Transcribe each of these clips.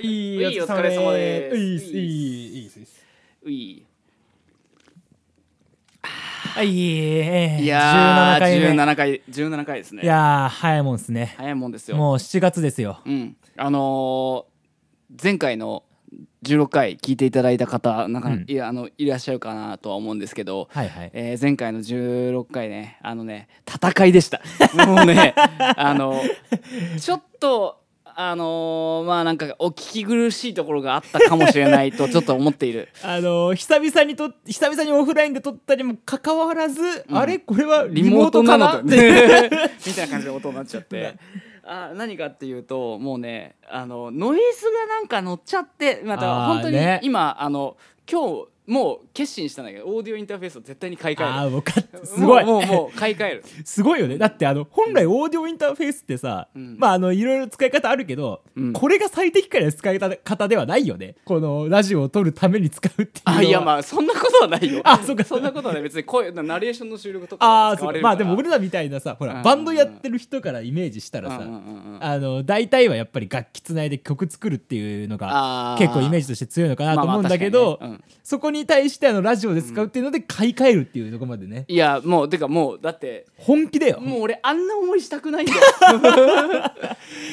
いいお疲れ様ですういっすいいいいっすいいっすういはいえーいやー17回目17回 ,17 回ですねいやー早いもんですね早いもんですよもう7月ですようん、あのー前回の16回聞いていただいた方なんか、うんいやあのいらっしゃるかなとは思うんですけど、はいはいえー前回の16回ねあのね戦いでした もうねあのちょっとあのーまあなんかお聞き苦しいところがあったかもしれないとちょっと思っているあのー久々にと久々にオフラインで撮ったにもかかわらず、あれこれはリリモモーートトかななのっとてみたいな感じの音になっちゃって。 あ何かっていうともうねあのノイズがなんか乗っちゃってまたあー本当にね今あの今日もう決心したんだけどオーディオインターフェースを絶対に買い替あえあ分かったるすごいもうもうもう買い 替えるすごいよねだってあの本来オーディオインターフェースってさ、んまああのいろいろ使い方あるけど、うんこれが最適解の使い方ではないよねこのラジオを撮るために使うっていうのはあいやまあそんなことはないよあそうかそんなことはない別に声ナレーションの収録とかあもー使そわうれかまあるからでも俺らみたいなさほうんうんらうんバンドやってる人からイメージしたらさ、うんうんうんうんあの大体はやっぱり楽器つないで曲作るっていうのがあー結構イメージとして強いのかなと思うんだけど、まあまあ確かにねそこに対してあのラジオで使うっていうので買い替えるっていうとこまでねいやもうてかもうだって本気だよもう俺あんな思いしたくないん だよ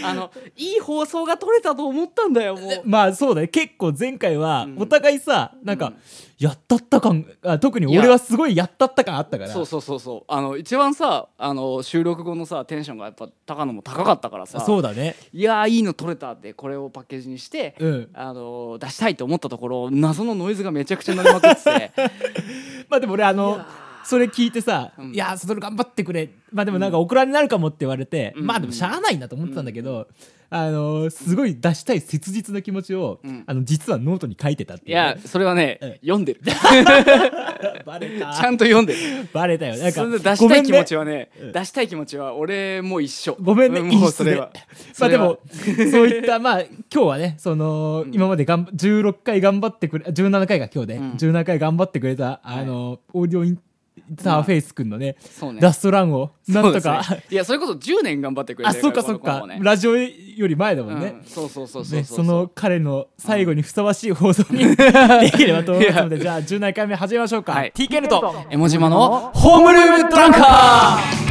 あのいい放送が撮れたと思ったんだよもうまあそうだね結構前回はんお互いさ、なんかやったった感あ特に俺はすごいやったった感あったからそうそうそうそうあの一番さあの収録後のさテンションがやっぱ高野も高かったからさそうだねいやーいいの取れたってこれをパッケージにして、うんあのー出したいと思ったところ謎のノイズがめちゃくちゃ鳴りまくっ ててまあでも俺あいのやーそれ聞いてさ「うんいやーそれ頑張ってくれ」まあでもなんかオクラになるかもって言われて、うんまあでもしゃあないなと思ってたんだけど、あのーすごい出したい切実な気持ちを、うんあの実はノートに書いてたっていいうね、やそれはね、うん読ん でるちバレたゃんと読んでるバレたよなんそかんな出したい気持ちははね、うん出したい気持ちは俺も一緒ごめんね、ういいもう質そでれはまそあれではもそういったまあ今日はねその、今までがん16回頑張ってくれあ17回が今日で、ん17回頑張ってくれたあの、オーディオインターフェイスくんのね,、そうねラストランをなそんうでとすか、ね いやそれこそ10年頑張ってくれあてるそっからそっこのか、子もねラジオより前だもんねう,、ん、そうそうそうそうねそうその彼の最後にふさわしい放送 に、できればと思いますのでじゃあ17回目始めましょうか、はい TK と江ノ 島のホームルームトランカー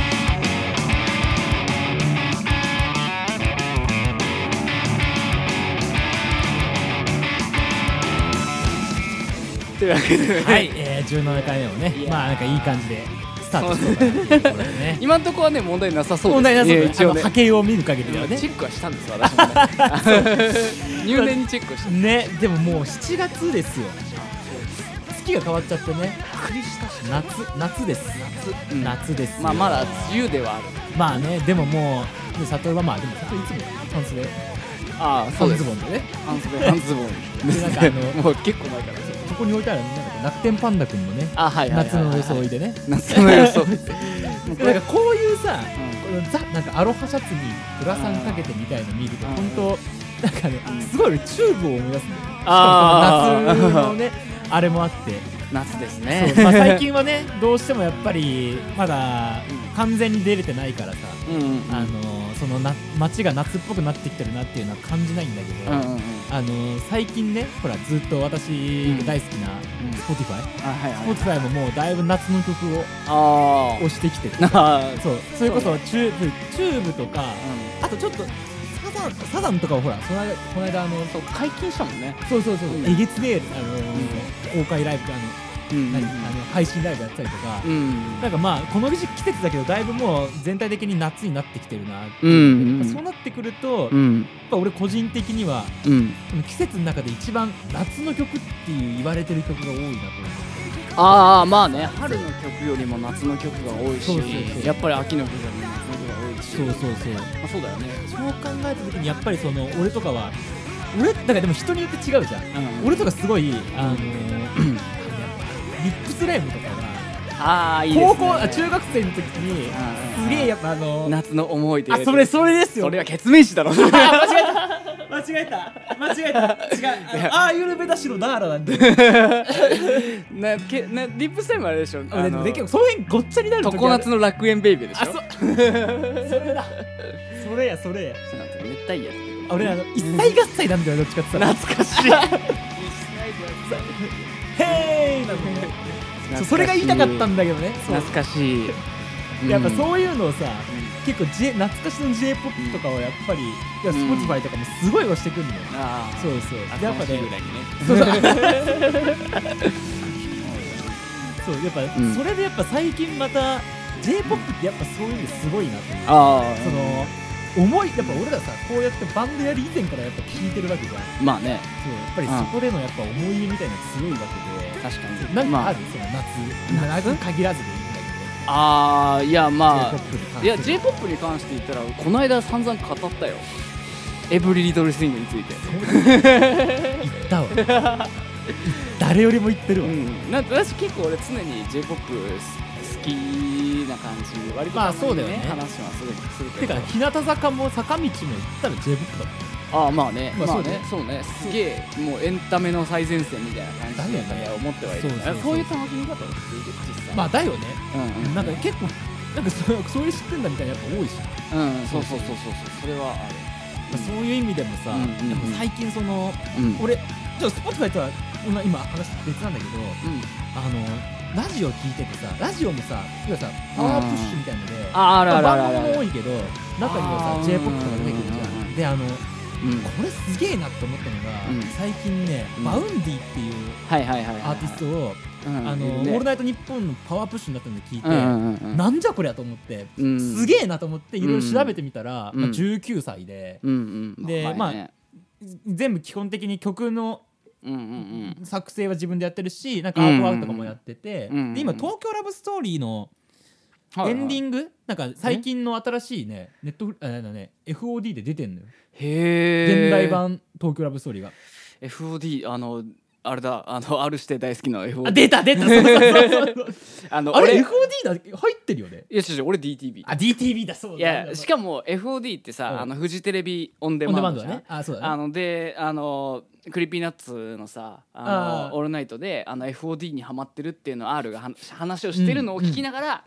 というわけで、はい、えー、17回目もねまあなんかいい感じでスタートしそうかなっていうとこ ろでね今んとこはね問題なさそうです問題なさそうえだえね一応ねあの波形を見る限りではチねェックはしたんです私もね 入念にチェックしたねでももう7月ですよ月が変わっちゃってねクリスタし夏夏です夏、うん夏ですよまあまだ梅雨ではあるまあねでももうで里はまあでも里いつも半袖ああ半ズボンでね半ズボン半ズボンです でなんかあねの もう結構前からそこに置いてあるなんか楽天パンダくんもねあはいはいはい夏の装いでね夏の予 想なんかこういうさ、うこのザなんかアロハシャツにグラサンかけてみたいの見るとうん本当なんかねすごい俺チューブを思い出すんだよねあーしかもこの夏のねあれもあって夏ですそうまあ、最ね。近はねどうしてもやっぱりまだう完全に出れてないからさ、うんうんあのーそのな街が夏っぽくなってきてるなっていうのは感じないんだけど、うんうんうんあのー最近ねほらずっと私が大好きな Spotify、あはいはい Spotify ももうだいぶ夏の曲をあ押してきてるー あ ー。そうそれこそチューブチューブとか、うあとちょっとサザンサザンとかをほらその間この間あのんそう解禁したもんね。そうそうそう、うんえげつねえ、あのー公開ライブあのうん何、あの配信ライブやったりとか、うんなんかまあこの季節だけどだいぶもう全体的に夏になってきてるなってういう、んやっぱそうなってくると、やうっんぱ俺個人的にはうん。この季節の中で一番夏の曲っていう言われてる曲が多いなと思うああまあね春の曲よりも夏の曲が多いそうそうそうし、やっぱり秋の曲よりも夏の曲が多いし。そうそうそうまあそうだよね。そう考えた時にやっぱりその俺とかは俺だからでも人によって違うじゃんうん俺とかすごいあのー、リップスライムとかがああいいですね。高校あ中学生の時にうんすげえやっぱあのー夏の思い出。あそれそれですよそれは決面師 だろ。あ間違えた間違えた間違え た違うああゆるべだしのダーラなんでなけなリップスタイムあれでしょ。俺でも結構その辺ごっちゃになる時あ常る夏の楽園ベイビーでしょ。あそそれだそれやそれやそうなんですよ熱帯夜っていう俺らの一切合切なんだよどっちかって言ったら 懐かしい「へーい!」なんだよねそうそれが言いたかったんだけどねそう懐かしいやっぱうそういうのをさ、ん結構、J、懐かしの j p o p とかをやっぱり、いやうん Spotify とかもすごい押してくんのよ、ああそうそうあやっぱ楽しいねぐらいにねそうそうそうやっぱ、うんそれでやっぱ最近また j p o p ってやっぱそういうのすごいなっていうああその思いやっぱ俺らさこうやってバンドやる以前からやっぱ聴いてるわけじゃんまあねそうやっぱりそこでのやっぱ思い入れみたいなの強いわけ確かでになんかあまる、あその夏夏限らずでいいんだああいやまあけど j p o p に関していや j p o p に関して言ったらこの間散々語ったよエブリリトルスイングについて、言ったわ誰よりも言ってるうわ、ん、なんか私結構俺常に j p o p 好きな感じ割とまあそうだよねたまに話はするするてけどか日向坂も坂道も行ったら j p o p だもんああまあね、ままあそあ、うねねそうねすげえもうエンタメの最前線みたいな感じで、だよね思ってはいるそうそうそういう楽しみ方をしている実際まあだよね、うんうん、なんか結構なんかそうそういう知ってんだみたいなやっぱ多いし、うんそうそうそうそうそうそれはあまあそういう意味でもさ、うんうんうんでも最近そのるうん俺ちょっと Spotify とは今今話別なんだけどあのラジオ聞いててさラジオもさ要はさパワープッシュみたいので、ああるあるあるバあンるドもあ多るいけど中にはあさー j p o p とか出てくるじうんうんゃうんんであのこうんれすげえなと思ったのが、うん最近ね、うんバウンディっていうはいはいはいはいアーティストを、うんあのいるねオールナイトニッポン」のパワープッシュになったので聞いて、うんうんうんうんなんじゃこりゃと思って、うんすげえなと思っていろいろ調べてみたら、うんまあ、19歳で、うんうんでまあね全部基本的に曲のうんうん作成は自分でやってるしなんかアートワークとかもやってて、うんうんうんで今「東京ラブストーリー」のうんエンディグング、なんか最近の新しいねネットフリあなんだね FOD で出てんのよ、へえ現代版「東京ラブストーリーが」 FOD あのあれだあの R して大好きな FOD あ出た出たそうそうそうそうあのあれ俺 FOD だ入ってるよねいや違う違う俺 DTV あ DTV だそうだいやしかも FOD っうてんさあのフジテレビオンデオンデママンンドドじだゃんねあそうだねあのであのクリーピーナッツのさ「あのあーオールナイトで」あの FOD にハマってるっていうのを R がは話をしてるのを聞きながら、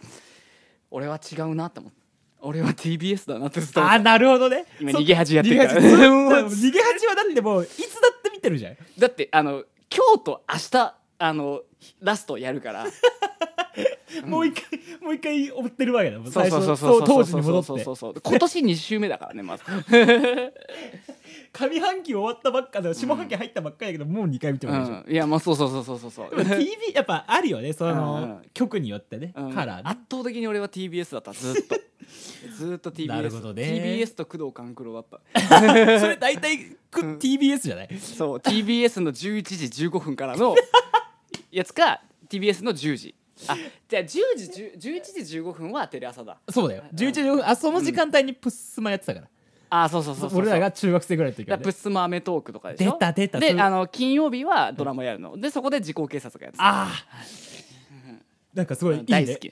俺は違うなと思って俺は TBS だなってずっと思っあてなるほどね今そ逃げ恥やっ逃てげるから恥ずっと 逃げ恥はだってもういつだって見てるじゃんだってあの今日と明日あのラストやるからもう一回もう一回追ってるわけだもんそう最そう初 そそううそう当時そにうそう戻そっうてそうそう今年2週目だから ねまず上半期終わったばっかで下半期入ったばっかりだけどもう2回見てうもらうじゃんんいやまあそうそうそうそうそうそでもう TV やっぱあるよねそうんうのん曲によってねうんカラーね圧倒的に俺は TBS だった ずっとずっと TBS なるほどね TBS と工藤官九郎だっ たそれ大体く TBS じゃないそう TBS の11時15分から のやつか TBS の10時あじゃあ10時10 11時15分はテレ朝だそうだよ11時5分あその時間帯にプッスマやってたからあそうそうそうそう俺らが中学生ぐらいの時ラはップねスマアメトークとかでしょ出た出たそでれあの金曜日はドラマやるのでそこで時効警察がやってたああなんかすごいいい大好ねき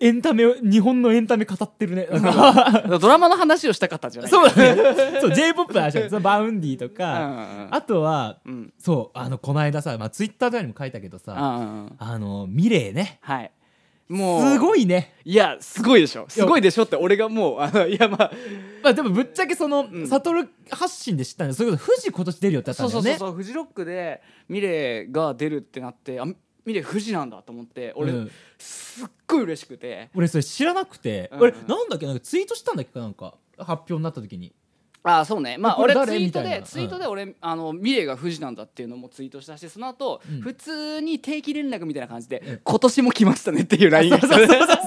エンタメを日本のエンタメ語ってるねなんか ドラマの話をしたかったんじゃないそうだ ね。そう、J-POP の話なんですよバウンディとうんか、うんうんあとは、うんそう、あの、この間さ、まあ、ツイッターとかにも書いたけどさ、うんうんうんあの、ミレーね。はいもうすごいね。いやすごいでしょすごいでしょって俺がもうあのいやまあまあ、でもぶっちゃけその、サトル発信で知ったんで、それこそ富士今年出るよってあったそんうだそようそうね。そう、フジロックでミレーが出るってなってあミレーフジなんだと思って俺、うんすっごい嬉しくて俺、それ知らなくて、うん俺、なんだっけ、なんかツイートしたんだっけかなんか、発表になった時に。 ああそうねまあこれ俺ツ誰イートみたいでなツイートで俺、あのミレーがフジなんだっていうのもツイートしたしその後、うん普通に定期連絡みたいな感じで、ん今年も来ましたねっていう LINE が来たね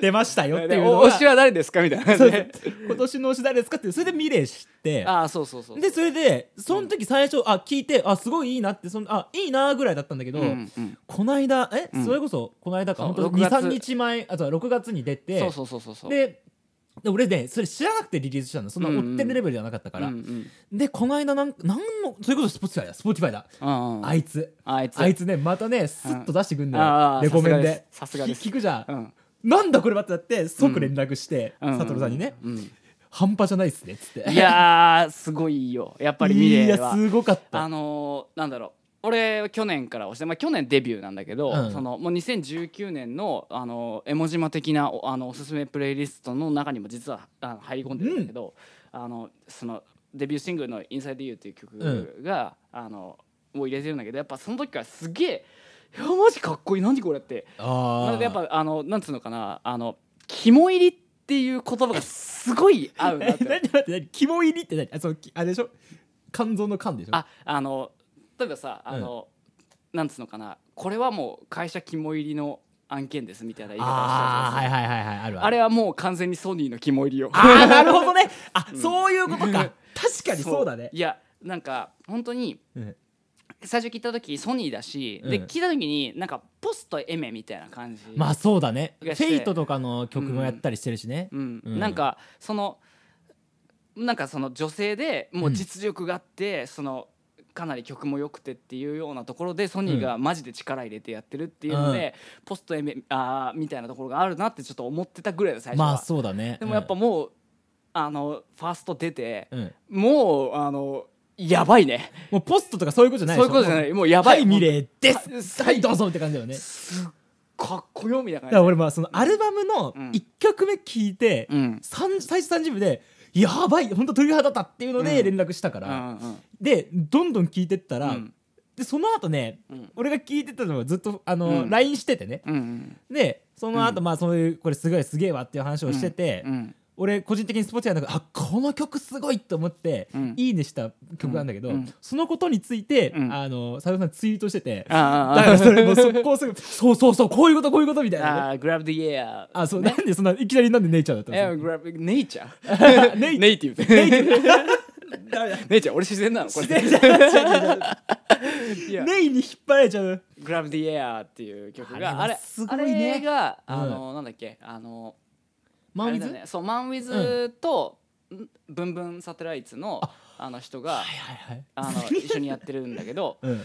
出ましたよってでいうのおが。推しは誰ですかみたいなそうね今年の推し誰ですかって、それでミレー知って、ああそうそうそうでそれでその時最初、あ聞いてあすごいいいなってそのあいいなぐらいだったんだけど、うんうんこないだえ、うんそれこそこないだかそう本当6に月23日前あとは6月に出てそうそうそうそうそうでで俺ねそれ知らなくてリリースしたのそんなうんうん追ってるレベルじゃなかったから、うんうんでこの間なんかなんのそれこそスポティファイだスポティファイだ、うんうんあいつあいつあいつねまたねスッと出してくんだうんあよあレコメンでさすがですさすがですき聞くじゃ、うんんなんだこれはってなって即連絡して、うんサトルさんにね、うんうん半端じゃないっすねっつっていやーすごいよやっぱりミレいーやはすごかったあのーなんだろう俺は去年から推して、まあ、去年デビューなんだけど、うんそのもう2019年の、あのー、絵文字マ的なおあのおすすめプレイリストの中にも実はあの入り込んでるんだけど、あのそのデビューシングルの「InsideYou」っていう曲が、あのもう入れてるんだけどやっぱその時からすげえいやマジかっこいい何これってあなあのでやっぱあのなんつうのかなあの肝入りっていう言葉がすごい合うな 何って待って何肝入りって何あそうきあれでしょ肝臓の肝でしょああの例えばさあの、なんつうのかなこれはもう会社肝入りの案件ですみたいな言い方をしたあーじゃなはいでいはいはいはいあするかあれはもう完全にソニーの肝入りをあーなるほどねあ、そういうことか確かにそうだねいやなんか本当にうん最初聞いた時ソニーだし、うんで聞いた時になんかポストエメみたいな感じ、まあそうだねフがしてェイトとかの曲もやったりしてるしねうんうんなんかそのなんかその女性でもう実力があって、そのかなり曲も良くてっていうようなところでソニーがマジで力入れてやってるっていうので、ポストエメあーみたいなところがあるなってちょっと思ってたぐらいで最初は、まあそうだねでもやっぱもう、あのファースト出て、うんうんもうあのやばいねもうポストとかそういうことじゃないそうでしょいうことじゃないもうやば、はいい、ミレーではす。はい、どうぞって感じだよね。すっかっこよみたいなだから感俺もそのアルバムのうん1曲目聞いて、じうん三最初30部で、やばい、本当鳥肌だったっていうのでうん連絡したかうら、んうんで、どんどん聞いてったら、うんで、その後ね、うん俺が聞いてたのはずっと、あの、うん LINE しててね。うんうんで、その後、うまあ、そういう、これすごいすげえわっていう話をしてて、うん俺個人的にスポーツやなんかあこの曲すごいと思って、うんいいねした曲なんだけど、うんうんそのことについて、うんあの佐藤さんツイートしててああああだからそれもう速攻すぐそうそうそうこういうことこういうことみたいなね、ああ、グラブ・ディ・エア。あそうなんでそんないきなりなんでネイチャーだったえのー、グラブ、ネイ チ ャー。ネイネイティブ。ネイティブ。ダメだネイチャー、俺自然なのこれ。自然ネイに引っ張られちゃうグラブ・ディ・エアっていう曲が、ああれはれ、すごあいねれが、うんあの、なんだっけ、あの、マウイあズ、れだねそう、マン・ウィズと、んブンブン・サテライツの、あの人がは、いはいあ の、一緒にやってるんだけど、はい、うん、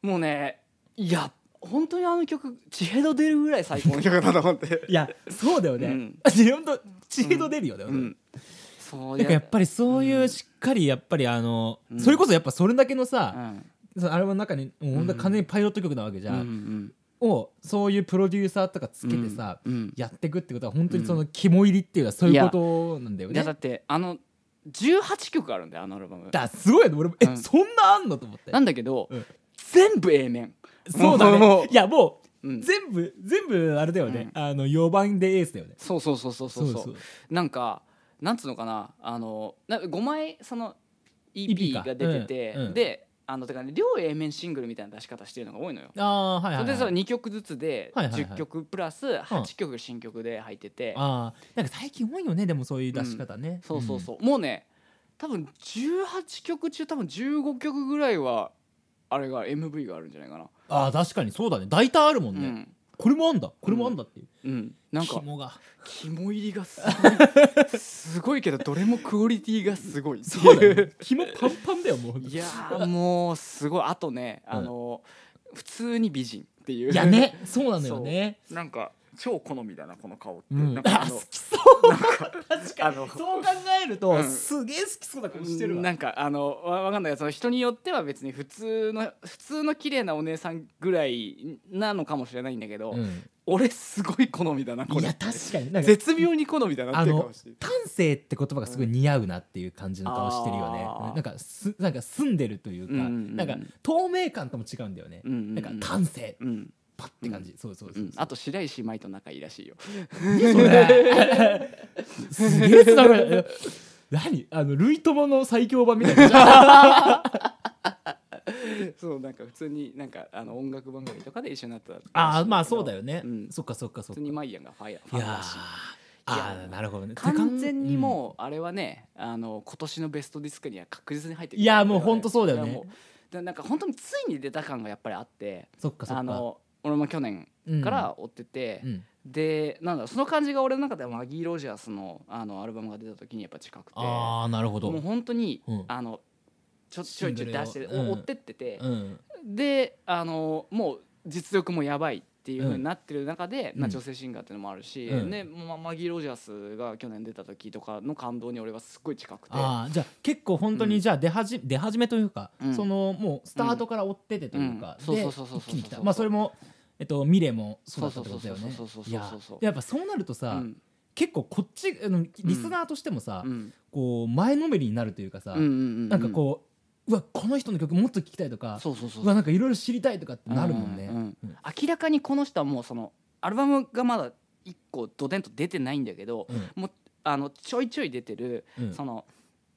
もうね、いや、本当にあの曲、地平度出るぐらい最高の曲だと思って。 いやそうだよね、ううんん、本当チード出るよね、う本当ん。そうなんかやっぱりそういうしっかりやっぱりあの、それこそやっぱそれだけのさ、うんそのアルバムの中にもう本当に完全にパイロット曲なわけじうゃ、んうんん。をそういうプロデューサーとかつけてさ、うんうんやっていくってことは本当にその肝入りっていうのはそういうことなんだよいね。やだってあの18曲あるんだよあのアルバムだすごいね俺もえ、うんそんなあんのと思ってなんだけど、うん全部 A 面そうだもうもうねいやもう、うん全部全部あれだよね、うあの4番でエースだよねそうそうそうそうそうそうそうなんかなんつうのかなあのな5枚その EP EP かが出てて、うんうんであのてかね両 A 面シングルみたいな出し方してるのが多いのよ、ああーはいはい、それではさい、 2曲ずつではいはいはい10曲プラス8曲新曲で入ってて、あーなんか最近多いよねでもそういう出し方ね、そうそうそう、もうね多分18曲中多分15曲ぐらいはあれが MV があるんじゃないかな、うんああ確かにそうだね大体あるもんね、うんこれもあんだこれもあんだっていう、うん、なんか肝が肝入りがすごいすごいけどどれもクオリティがすごいってそうだいよう ね肝パンパンだよもういやーもうすごいあとねうんあの、普通に美人っていういいやねそうなのよね なんか超好みだなこの顔って、うんなんかあの好きそう確かあにのそう考えると、うんすげえ好きそうな顔してるわなんかあのわわかんないその人によっては別に普通の普通の綺麗なお姉さんぐらいなのかもしれないんだけど、俺すごい好みだなこいやれ確かになんか絶妙に好みだなっていう顔してる丹精って言葉がすごい似合うなっていう感じの顔してるよね、あーなんかすなんか澄んでるというか、うんうんうんなんか透明感とも違うんだよね、うんうんうんなんか丹精うんパッて感じ、そうそううそう、ん、あと白石舞と仲いいらしいよそれ すげえつながる何あのルイ友の最強版みたいなそうなんか普通になんかあの音楽番組とかで一緒になったらしいんだけ どああまあそうだよね、うんそっかそっかそ普っ通かにマイヤンがファイヤーフいァやンーだしあいやーなるほどね完全にもうあれはねあの今年のベストディスクには確実に入ってるいやもうほんとそうだよねいやもうだなんか本当についに出た感がやっぱりあってそっかそっかあの俺も去年から追ってて、うん、でなんだろうその感じが俺の中ではマギー・ロジャースのあのアルバムが出た時にやっぱ近くてもああなるほどう本当に、うんあのちょちょいちょい出して、シングルを追ってってて、うんであのもう実力もやばいっていうふうになってる中で、うんまあ、女性シンガーっていうのもあるし、うんねまあマギー・ロジャースが去年出た時とかの感動に俺はすっごい近くてああじゃあ結構本当うにんじゃあ出始め出始めというか、うんそのもうスタートから追っててというか、うんでそうそうそうそう一気に来そうそうたそうまあそれもえっとミレもそうだったってことだよねそうそうそうそうそうそうそうそうそういやーやっぱそうなるとさ、うん結構こっちあのリスナーとしてもさ、うんこう前のめりになるというかさ、うんうんうん、なんかこううわこの人の曲もっと聴きたいとかそうそうそううわなんかいろいろ知りたいとかってなるもんね。うんうんうん明らかにこの人はもうそのアルバムがまだ一個ドデンと出てないんだけどあのちょいちょい出てるうんその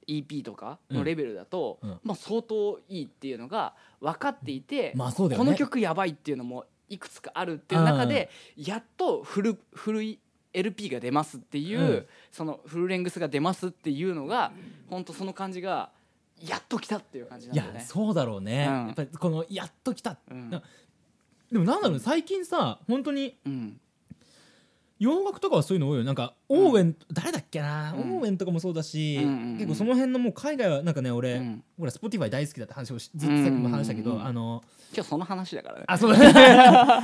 EP とかのレベルだと、うんまあ、相当いいっていうのが分かっていて、まあそうだよこねの曲やばいっていうのもいくつかあるっていう中でやっとフルフル LP が出ますっていう、うんそのフルレングスが出ますっていうのが本当その感じがやっと来たっていう感じなんいだよやね。そうだろうね、うんやっぱりこのやっと来たうんなでもなんだろうね最近さ本当にうん洋楽とかはそういうの多いよなんかうんオーウェン、誰だっけな、うんオーウェンとかもそうだし、うんうんうん結構その辺のもう海外はなんかね俺、うんほら Spotify 大好きだって話をしずっとさっきも話したけど、うんうんうんあの今日その話だからね。あそうだ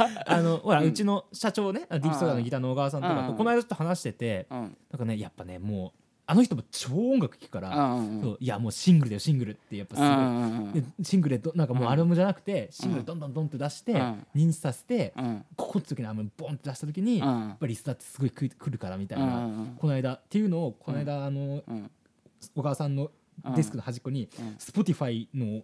ね あのほら、ううんちの社長ねあのディープソーダのギターの小川さんとかうとんこの間ちょっと話しててうんなんかねやっぱねもうあの人も超音楽聴くから、うんそういやもうシングルだよシングルってやっぱすごい、うんでシングルでどなんかもううんアルバムじゃなくてシングルどんどんどんって出してうん認知させてうんここの時にアルバムボンって出した時にやっうんぱリスナーってすごいく来るからみたいなうんこの間っていうのをこの間あのうん小川さんのデスクの端っこに Spotify の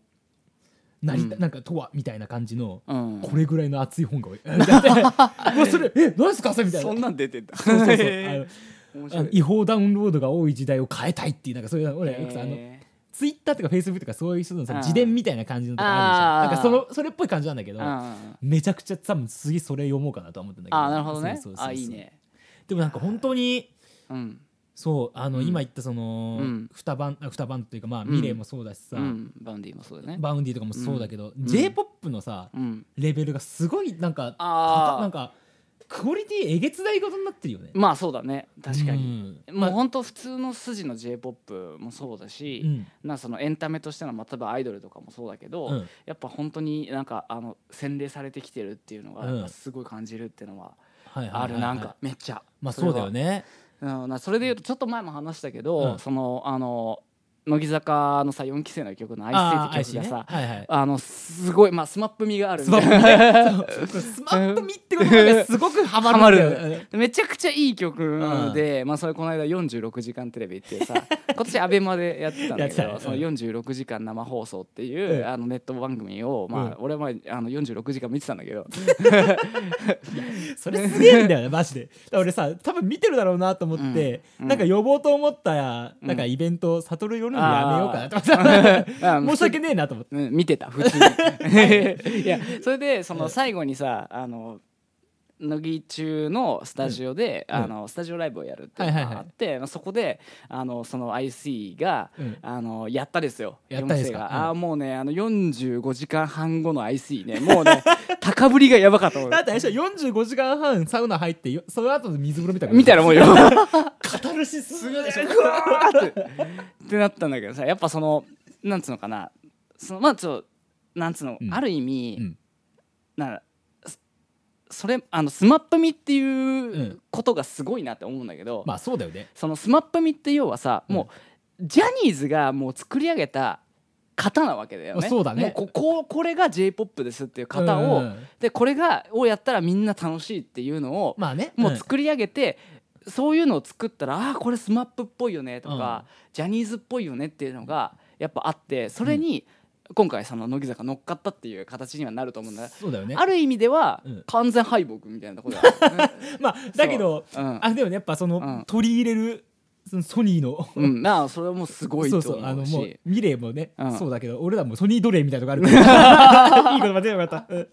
なりたうんなんかとはみたいな感じのうんこれぐらいの熱い本が置い だってうわそれえ何ですかそれみたいなそんなん出てんだ。 そう そうそうあのへー面あ白のい違法ダウンロードが多い時代を変えたいっていうなんかそういうの俺よくさあのへツイッターとかフェイスブックとかそういう人のさうん自伝みたいな感じのとかあるじゃんあーなんかそのそれっぽい感じなんだけどーあめちゃくちゃ多分次それ読もうかなとは思ってんだけどーなるほどねそうそう。そうそうあいいね。でもなんか本当にうんそうあの、うん今言ったその、うん二晩あ二晩というかまあんミレーもそうだしさ、うんバンディもそうだね。バウンディとかもそうだけど、ん J−POP のさうんレベルがすごいなんかあー高なんかクオリティえげつないことになってるよねまあそうだね確かに。、うんもう本当普通の筋の J−POP もそうだうし、んなんかそのエンタメとしてのまあ例えばアイドルとかもそうだけど、うんやっぱ本当になんかあの洗礼されてきてるっていうのがうんやっぱすごい感じるっていうのははいはいはいはいあるなんかめっちゃ。まあそうだよねねうん、なそれでいうとちょっと前も話したけど、うんそのあの乃木坂のさ4期生の曲の「愛あーしてって曲がさ愛しいね はいはいあのすごい、まあ、スマップ味があるスマップねそうこれスマップ見ってことがねすごくハマるんだよね めちゃくちゃいい曲で、まあ、それこの間「46時間テレビ」っていうさ 今年アベマでやってたんだけやってたど、ねその46時間生放送っていう、うんあのネット番組を、まあうん俺はあの46時間見てたん だけど、それすげえんだよねマジでだから俺さ多分見てるだろうなと思って、うんうんなんか呼ぼうと思ったや、うんなんかイベントを悟る夜にやめようかなと思って あ申し訳ねえなと思ってうん、見てた普通に いやそれでその最後にさあの乃木中のスタジオで、うんあのスタジオライブをやるっていうのがあって、まあ、そこであのその IC が、うんあのやったですよやったですか4世が、うんああもうねあの45時間半後の IC ねもうね高ぶりがやばかったもん だってあれでしょ45時間半サウナ入ってよその後の水風呂みたいなみたいなもんよカタルシスすごいでしょってなったんだけどさやっぱそのなんつうのかなそのまあちょっとなんつうの、うんある意味、うんなんかそそれあのスマップミっていうんうことがすごいなって思うんだけど、まあそうだよねそのスマップミって要はさ、もうジャニーズがもう作り上げた型なわけだよね。そうだねもうこここれが J ポップですっていう型を、うんでこれがをやったらみんな楽しいっていうのを、まあねもうん作り上げて、そういうのを作ったらああーこれスマップっぽいよねとか、ジャニーズっぽいよねっていうのがやっぱあってそれに今回その乃木坂乗っかったっていう形にはなると思うんだよそうだよねある意味では、うん完全敗北みたいなところだ、まあ だけどそううんあでもねやっぱその、うん取り入れるそのソニーのうんうん、なあそれはもうすごいと思うしそうそうあのもうミレーもね、うんそうだけど俺らもソニー奴隷みたいなとこあるからい いこと間違えなかった、うん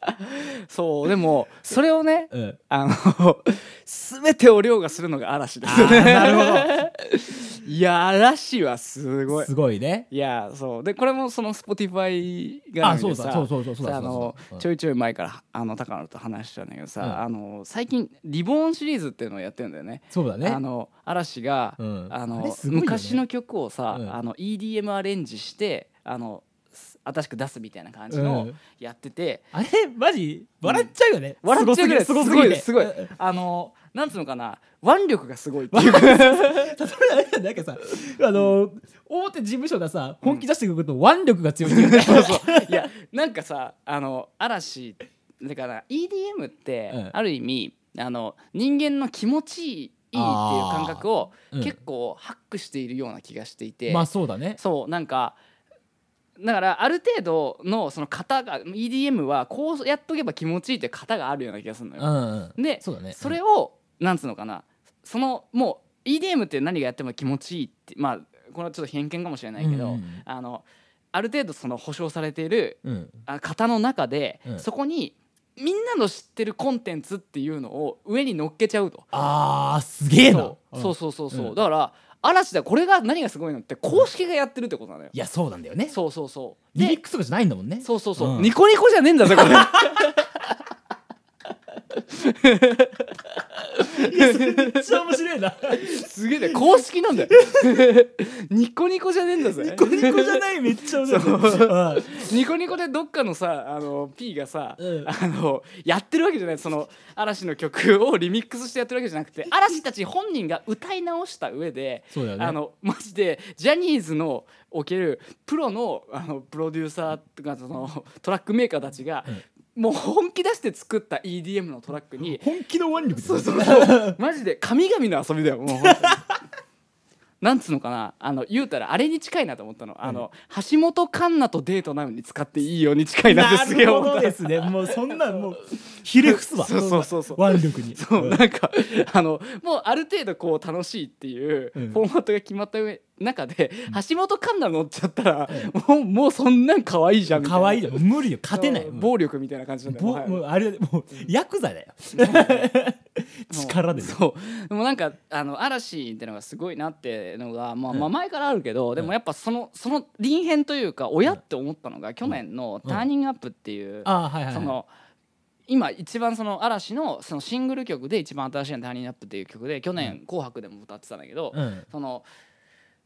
そうでもそれをねうんあの全てを凌駕するのが嵐ですあーなるほど いや嵐はすごいすごいねいやそうでこれもその Spotify があそうだそうそうそうそうだあのそうだそうだうんちょいちょい前からあの高野と話してたんだけどさ、うんあの最近リボーンシリーズっていうのをやってるんだよねそうだねあの嵐が、うんあのあれすごいよね昔の曲をさ、うんあの EDM アレンジしてあのす新しく出すみたいな感じうのんやってて、あれマジ笑っちゃうよね、笑っちゃうぐらいすすごごいすぎてすごいうんあのなんつうのかな腕力がすごいっていうか例 えばあれなんかさあの大手事務所がさ本気出してくると腕力が強いっていうねそうそういやなんかさあの嵐だから EDM ってうんある意味、あの人間の気持ちいいいいっていう感覚をうん結構ハックしているような気が していて、まあそうだねそうなんかだからある程度のその型が EDM はこうやっとけば気持ちいいっていう型があるような気がするのうんよ。うんでそうだねそれをなんつうのかなそのもう EDM って何がやっても気持ちいいってまあこれはちょっと偏見かもしれないけうど、んうんあのある程度その保証されているうんあ型の中で、うんそこにみんなの知ってるコンテンツっていうのを上に乗っけちゃうと。あーすげえなそうそううんそうそうそう、うんだから嵐でこれが何がすごいのって公式がやってるってことなのよ、いやそうなんだよねそうそうそうリリッでクスとかじゃないんだもんねそうそうそう、うんニコニコじゃねえんだぜ これめっちゃ面白い なすげえね公式なんだよ ニコニコじゃねえんだぜニコニコじゃないめっちゃ面白いニコニコでどっかのさあの P がさ、うんあのやってるわけじゃないその嵐の曲をリミックスしてやってるわけじゃなくて嵐たち本人が歌い直した上でそうだよねあのマジでジャニーズのおけるプロのあのプロデューサーとかそのトラックメーカーたちが、もう本気出して作った EDM のトラックに本気の腕力そうそうそうマジで神々の遊びだよもう本当になんつうのかなあの言うたらあれに近いなと思ったのあの、橋本環奈とデートなのに使っていいよに近いななってすげえるほ思どっでたすねもうそんなんもうひれ伏すわそうそうそうそうんな腕力にそううんなんかあのもうある程度こう楽しいっていううんフォーマットが決まった上中で、橋本環奈乗っちゃったら、もうもうそんなん可愛いじゃんみたいな可愛いよ無理よ勝てないそうもう暴力みたいな感じなんだよぼはいもうあれもうヤクザだよ力でねそうでもなんかあの嵐ってのがすごいなってのが、まあ、まあ前からあるけど、でもやっぱそのその臨変というか親って思ったのが去年の「ターニングアップ」っていう、あーはいはいその今一番その嵐のそのシングル曲で一番新しいの「ターニングアップ」っていう曲で去年「紅白」でも歌ってたんだけど、うんその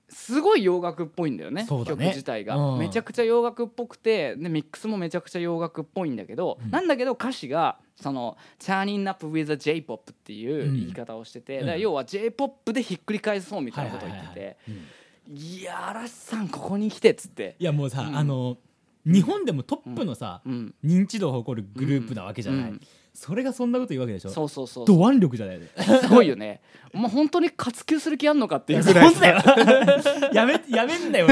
すごい洋楽っぽいんだよねそうだね曲自体が、うんめちゃくちゃ洋楽っぽくてでミックスもめちゃくちゃ洋楽っぽいんだけど、うんなんだけど歌詞がその「Turning Up with a J-POP」っていう言い方をしてて、うんだから要は J-POP でひっくり返そうみたはいいなはこいとはをい言ってて「いはいうんや嵐さんここに来て」っつって。いやもうさ、うんあの日本でもトップのさ、うん認知度を誇るグループなわけじゃない、うんそれがそんなこと言うわけでしょそうそうそうド腕力じゃないですごいよね お前本当に活休する気あんのかっていうぐらい本当だよ やめやめんだよ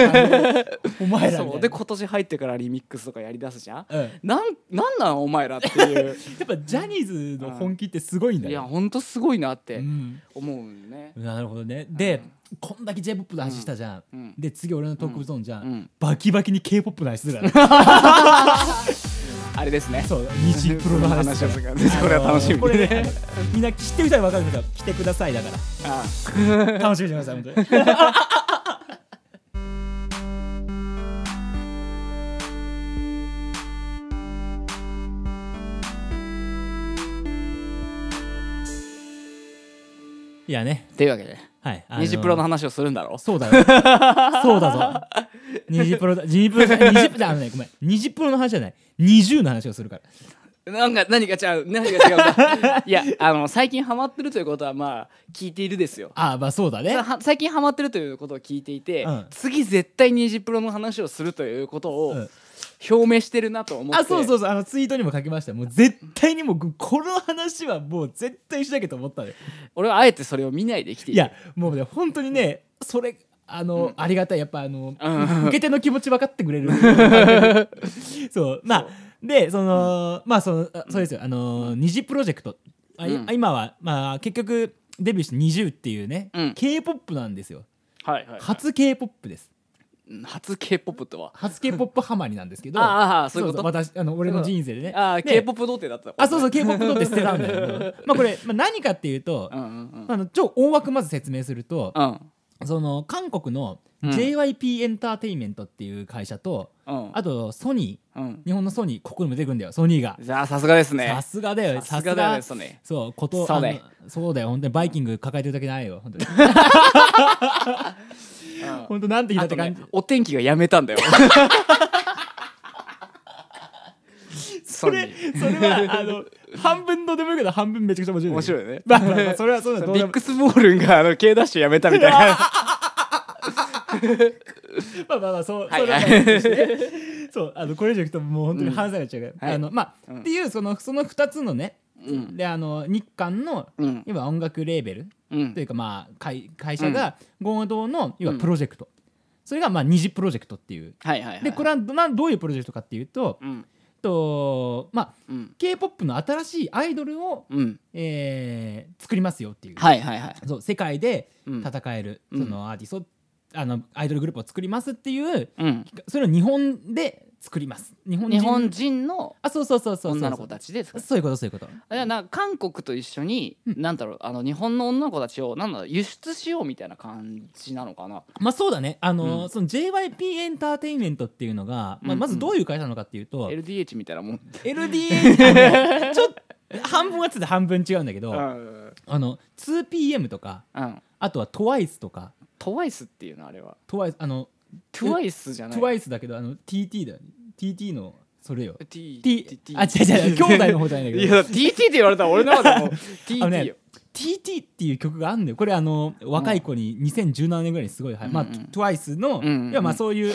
お前らみそたういでな今年入ってからリミックスとかやりだすじゃんうん、やなんなんなんお前らっていうっぱジャニーズの本気ってすごいんだいやよ、ほんとすごいなってうん、思うね。なるほどねで、こんだけ j p o p の話したじゃん、うんで次俺のトークゾーンじゃん、うんバキバキに k p o p の話するから、 ね、あれですね。そう日プロの話話をするからねこれは楽しみこ にれねね。あのみんな知ってる人は分かるけど来てくださいだからああ楽しみにしてください本当にいやねというわけで、はいあのニジプロの話をするんだろそうだよそうだぞニジプロだニジプロじゃニジプロあのねごめんニジプロの話じゃない二重の話をするからなんか何が違う、何が違うん だ。いや、あの、最近ハマってるということは、まあ、聞いているですよ。ああまあそうだねは最近ハマってるということを聞いていて、うん次絶対ニジプロの話をするということうをん表明してるなと思って、あそうそうそうあのツイートにも書きましたもう絶対にもうこの話はもう絶対しなきゃと思ったのよ俺はあえてそれを見ないで来ていいるやもうね本当にねそれあの、ありがたいやっぱあの、うん受け手の気持ち分かってく れるそうまあでその、まあそのあそうですよあの二次プロジェクトあ、いうん今はまあ結局デビューして20っていうね、うん k p o p なんですよはいはい、はい、初 k p o p ですうん初 K-POP とは初 k p o p ハマりなんですけど ああそういうこと私あの俺の人生でねああで K-POP 童貞だったのあそうそう k p o p って捨てたんだよ、 まあこれ、まあ、何かっていうと、うんうんあの超大枠まず説明すると、うんうんその韓国のうん JYP エンターテインメントっていう会社と、うんあとソニうんー日本のソニーここにも出てくるんだよソニーが、じゃあさすがですねさすがだよささすすがだがねそうねそうことそうねあのそうだよ本当にバイキング抱えてるだけないよ本当に本当なんて日だあっとてね感じ、お天気がやめたんだよ それそれはあの半分どうでもいいけど半分めちゃくちゃ面白い面白いよねまあまあまあそれはそうだどそのうビでッもクスボールンがあの K ダッシュやめたみたいなまあまあまあそう、はいはそれはいまあそうですねそうあのこれ以上いくともう本当に話されちゃうから、はいあのまあ、うんっていうそのその2つのね、うんであの日韓のうん今音楽レーベルうんというかまあ会会社が合同の今プロジェクト、それがまあ二次プロジェクトっていうはいはいはいでこれはどなんどういうプロジェクトかっていうと、うんとまあうん k p o p の新しいアイドルを、うんえー作りますよっていう、はいはいはいそう世界でうん戦える、うんそのアーティスト、あのアイドルグループを作りますっていううんそれを日本で作ります日本人日本人のあそうそうそうそうそう女の子たちですかそういうことそういうことあじゃあなんか韓国と一緒に、うんなんだろうあの日本の女の子たちをなんだろう輸出しようみたいな感じなのかな。まあそうだねあの、うんその JYP エンターテインメントっていうのが、まうあ、んまずどういう会社なのかっていうと、 LDH みたいなもん。 LDA のちょっと半分はつで半分違うんだけど、うん。あの 2PM とかうん。あとは TWICE とかトワイスっていうのあれは。 TWICE あのトワイスじゃない。イ TWICE だけどあの TT だよ TT のそれよ T T あ違う違う兄弟の方じゃないんだいけどや TT って言われたら俺の中でもあの TT ねよ。 TT っていう曲があるんだよこれあの若い子に2017年ぐらいにすごい流行まあうんうん TWICE のうんうんうんいやまあそういう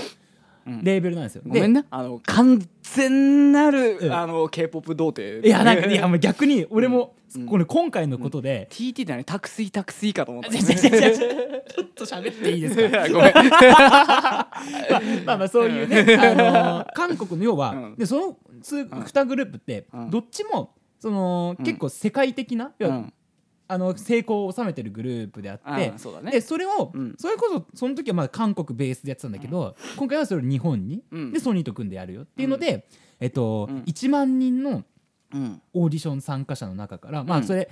うんレーベルなんですよごめんねな。あの完全なる、うんあの K-POP 童貞。いやなん かいやもう逆に俺もうんこれ今回のことで TT だねタクシータクシーかと思った。違う違う違う違うちょっと喋っていいですか ごめん。まあまあそういうね、あのー韓国の要は、うんでその2グループって、うんどっちもその、うん結構世界的な、要うはん。あの成功を収めてるグループでああってー、そうだねで。それを、うんそれこそその時はまだ韓国ベースでやってたんだけど、今回はそれを日本に、うんでソニーと組んでやるよっていうので、えっとうん1万人のうん。オーディション参加者の中から、まうあんそれ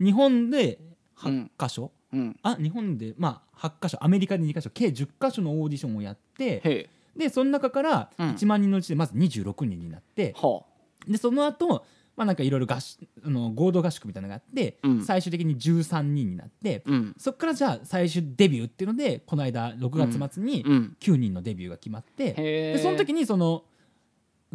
日本で8箇所、うん。あ日本でまあ8箇所アメリカで2箇所計10箇所のオーディションをやって、へえ。でその中からうん1万人のうちでまず26人になって、はあ。でその後まあなんかいろいろ合宿あの合同合宿みたいなのがあって、うん最終的に13人になって、うん。そっからじゃあ最終デビューっていうのでこの間6月末にうん。 9人のデビューが決まって、へでその時に、にその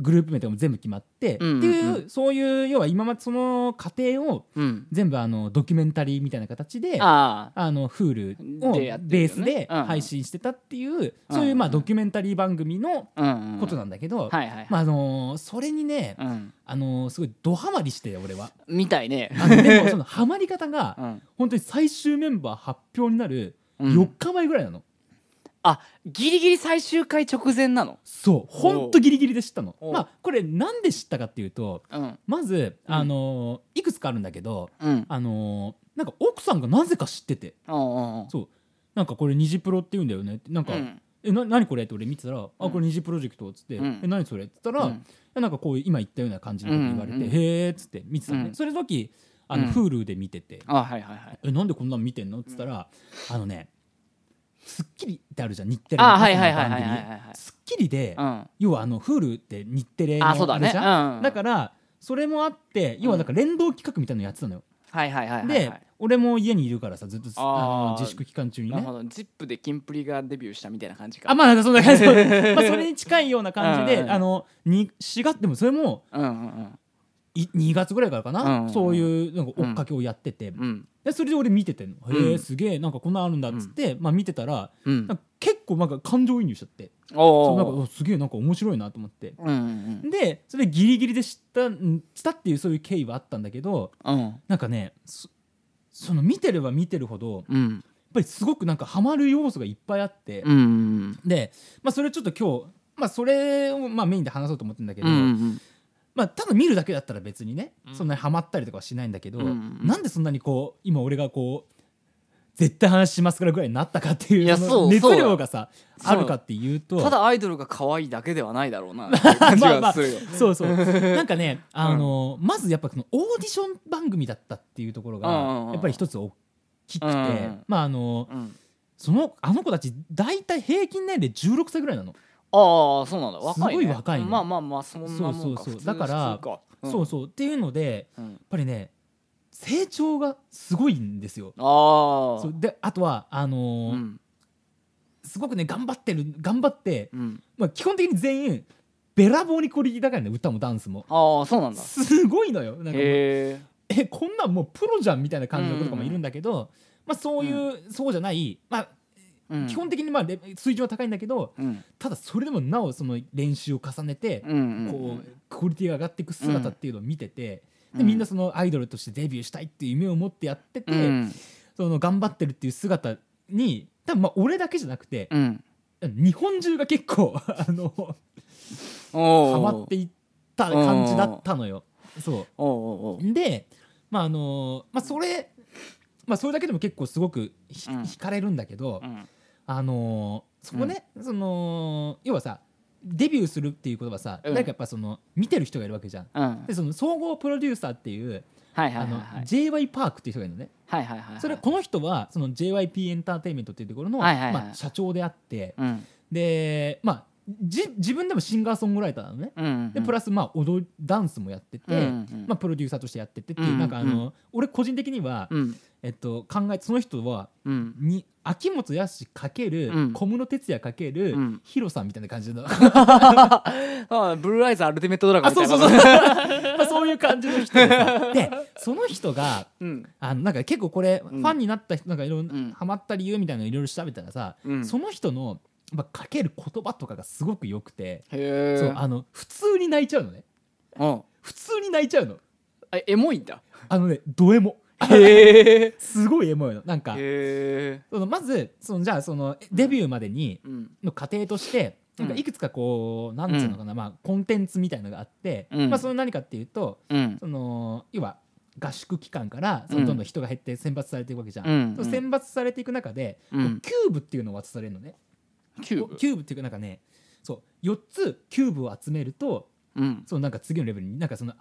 グループ名とかも全部決まって、うんうんっていうそういう要は今までその過程をうん、全部あのドキュメンタリーみたいな形であああの Hulu をでやってるベよねースでうん配信してたっていう、そういうまあうんドキュメンタリー番組のうんうんことなんだけど、はいはい、まああのーそれにね、うん、あのーすごいドハマりして俺はみたいね、あのでもそのハマり方がうん本当に最終メンバー発表になるうん4日前ぐらいなの、あギリギリ最終回直前なの、そうほんとギリギリで知ったのおうまあこれなんで知ったかっていうとうんまず、うんあのーいくつかあるんだけどうん、あのーなんか奥さんがなぜか知っててうんうんうんそうなんかこれ「虹プロって言うんだよねってなんか、うんえな何これって俺見てたら「あこれ虹プロジェクト」っつって「うんえ何それ?」っつったら、うんなんかこう今言ったような感じのこと言われて「うんうんうんへえ」っつって見てたのね、うんそれの時あの、うん Hulu で見ててあはいはいは「いえなんでこんなん見てんの?」っつったら、あのね『スッキリ』ってあるじゃん日テレのあ朝はいのはいはいはいはい番はい組『スッキリ』で、うん要はあの Hulu って日テレのあそうだあれねじうゃん、んうんだからそれもあって要はなんか連動企画みたいなのやってたのよ、はいはいはいはいで、はい俺も家にいるからさずっとあーあの自粛期間中になるねほどジップでキンプリがデビューしたみたいな感じかあまあなんかそんな感 じまあそれに近いような感じうんで、うんあのに4月でもそれもうんうんい2月ぐらいからかな、うんうんうんそういうなんか追っかけをやってて、うんうんでそれで俺見ててんの、うんへえすげえなんかこんなんあるんだっつって、まあ、見てたらうんなんか結構なんか感情移入しちゃってそうなんかおおおすげえなんか面白いなと思ってうんうんでそれギリギリで知ったん知ったっていうそういう経緯はあったんだけどうんなんかねそその見てれば見てるほどやっうんぱりすごくなんかハマる要素がいっぱいあって、うんうんで、まあ、それちょっと今日、まあ、それをまあメインで話そうと思ってるんだけうんど、うんまあ、ただ見るだけだったら別にね、うんそんなにハマったりとかはしないんだけど、うんうんなんでそんなにこう今俺がこう絶対話しますからぐらいになったかっていういやそのそう熱そう量がさそうあるかっていうとただアイドルが可愛いだけではないだろうな感じ まあまはあするよ。そうそうなんかね、あのまずやっぱそのオーディション番組だったっていうところうんうんうがんやっぱり一つ大きくて、うんうんまああのうんそのあの子たち大体平均年齢16歳ぐらいなの、ああそうなんだ若い、ね、すごい若いねまあまあまあそんなもんかそうそうそう普通だから普通かそううそうっていうのでん、うんやっぱりね成長がすごいんですよ。ああそうであとはあのーうんすごくね頑張ってる頑張って、うんまあ、基本的に全員べらぼうにクオリティ高いのよ歌もダンスもああそうなんだすごいのよなんかもうえへえこんなんもうプロじゃんみたいな感じの子とかもいるんだけど、まあ、そういう、そうじゃない、まあ、うん基本的にまあレ水準は高いんだけどうんただそれでもなおその練習を重ねて、うんうんこうクオリティが上がっていく姿っていうのを見てて、うでんみんなそのアイドルとしてデビューしたいっていう夢を持ってやってて、うんその頑張ってるっていう姿に多分まあ俺だけじゃなくて、うん日本中が結構 あのハおマっていった感じだったのよ。そおおうおうおううでまああのまあそれまあそれだけでも結構すごくひ、うん惹かれるんだけど、うんあのそこね、その要はさデビューするっていうことはさ、うん誰かやっぱその見てる人がいるわけじゃん。うんでその総合プロデューサーっていう、はいはいはあいのはい J.Y. パークっていう人がいるのね。はいはいはいはいそれこの人はその JYP エンターテインメントっていうところの、はいはいはいまあ、社長であってうんでまあじ自分でもシンガーソングライターなのねうんうんでプラスまあ踊りダンスもやってて、うんうんまあ、プロデューサーとしてやっててっていう、うんなんかあの、俺個人的には、うんえっと、考えその人はうんに秋元康かけるうん小室哲哉かける、うんヒロさんみたいな感 じのあブルーアイズアルティメットドラゴンあみたそういなそうそう まあそういう感じの人でさでその人がうんあのなんか結構これ、うんファンになった人なんかいろんな、うんハマった理由みたいなのいろいろ調べたらさ、うんその人の、まあ、かける言葉とかがすごく良くて、へえそうあの普通に泣いちゃうのねうん普通に泣いちゃうのあエモいんだあのねドエモへえすごいエモいのなんかへえそのまずそのじゃあそのデビューまでにうんの過程としてなんかうんいくつかこう、なんつうのかな、まあ、コンテンツみたいのがあって、うんまあ、それ何かっていうとうんその要は合宿期間からそのどんどん人が減って選抜されていくわけじゃん、うんその選抜されていく中で、うんキューブっていうのを渡されるのねキューブキューブっていうかなんかねそう4つキューブを集めるとうんそのなんか次のレベルになんかその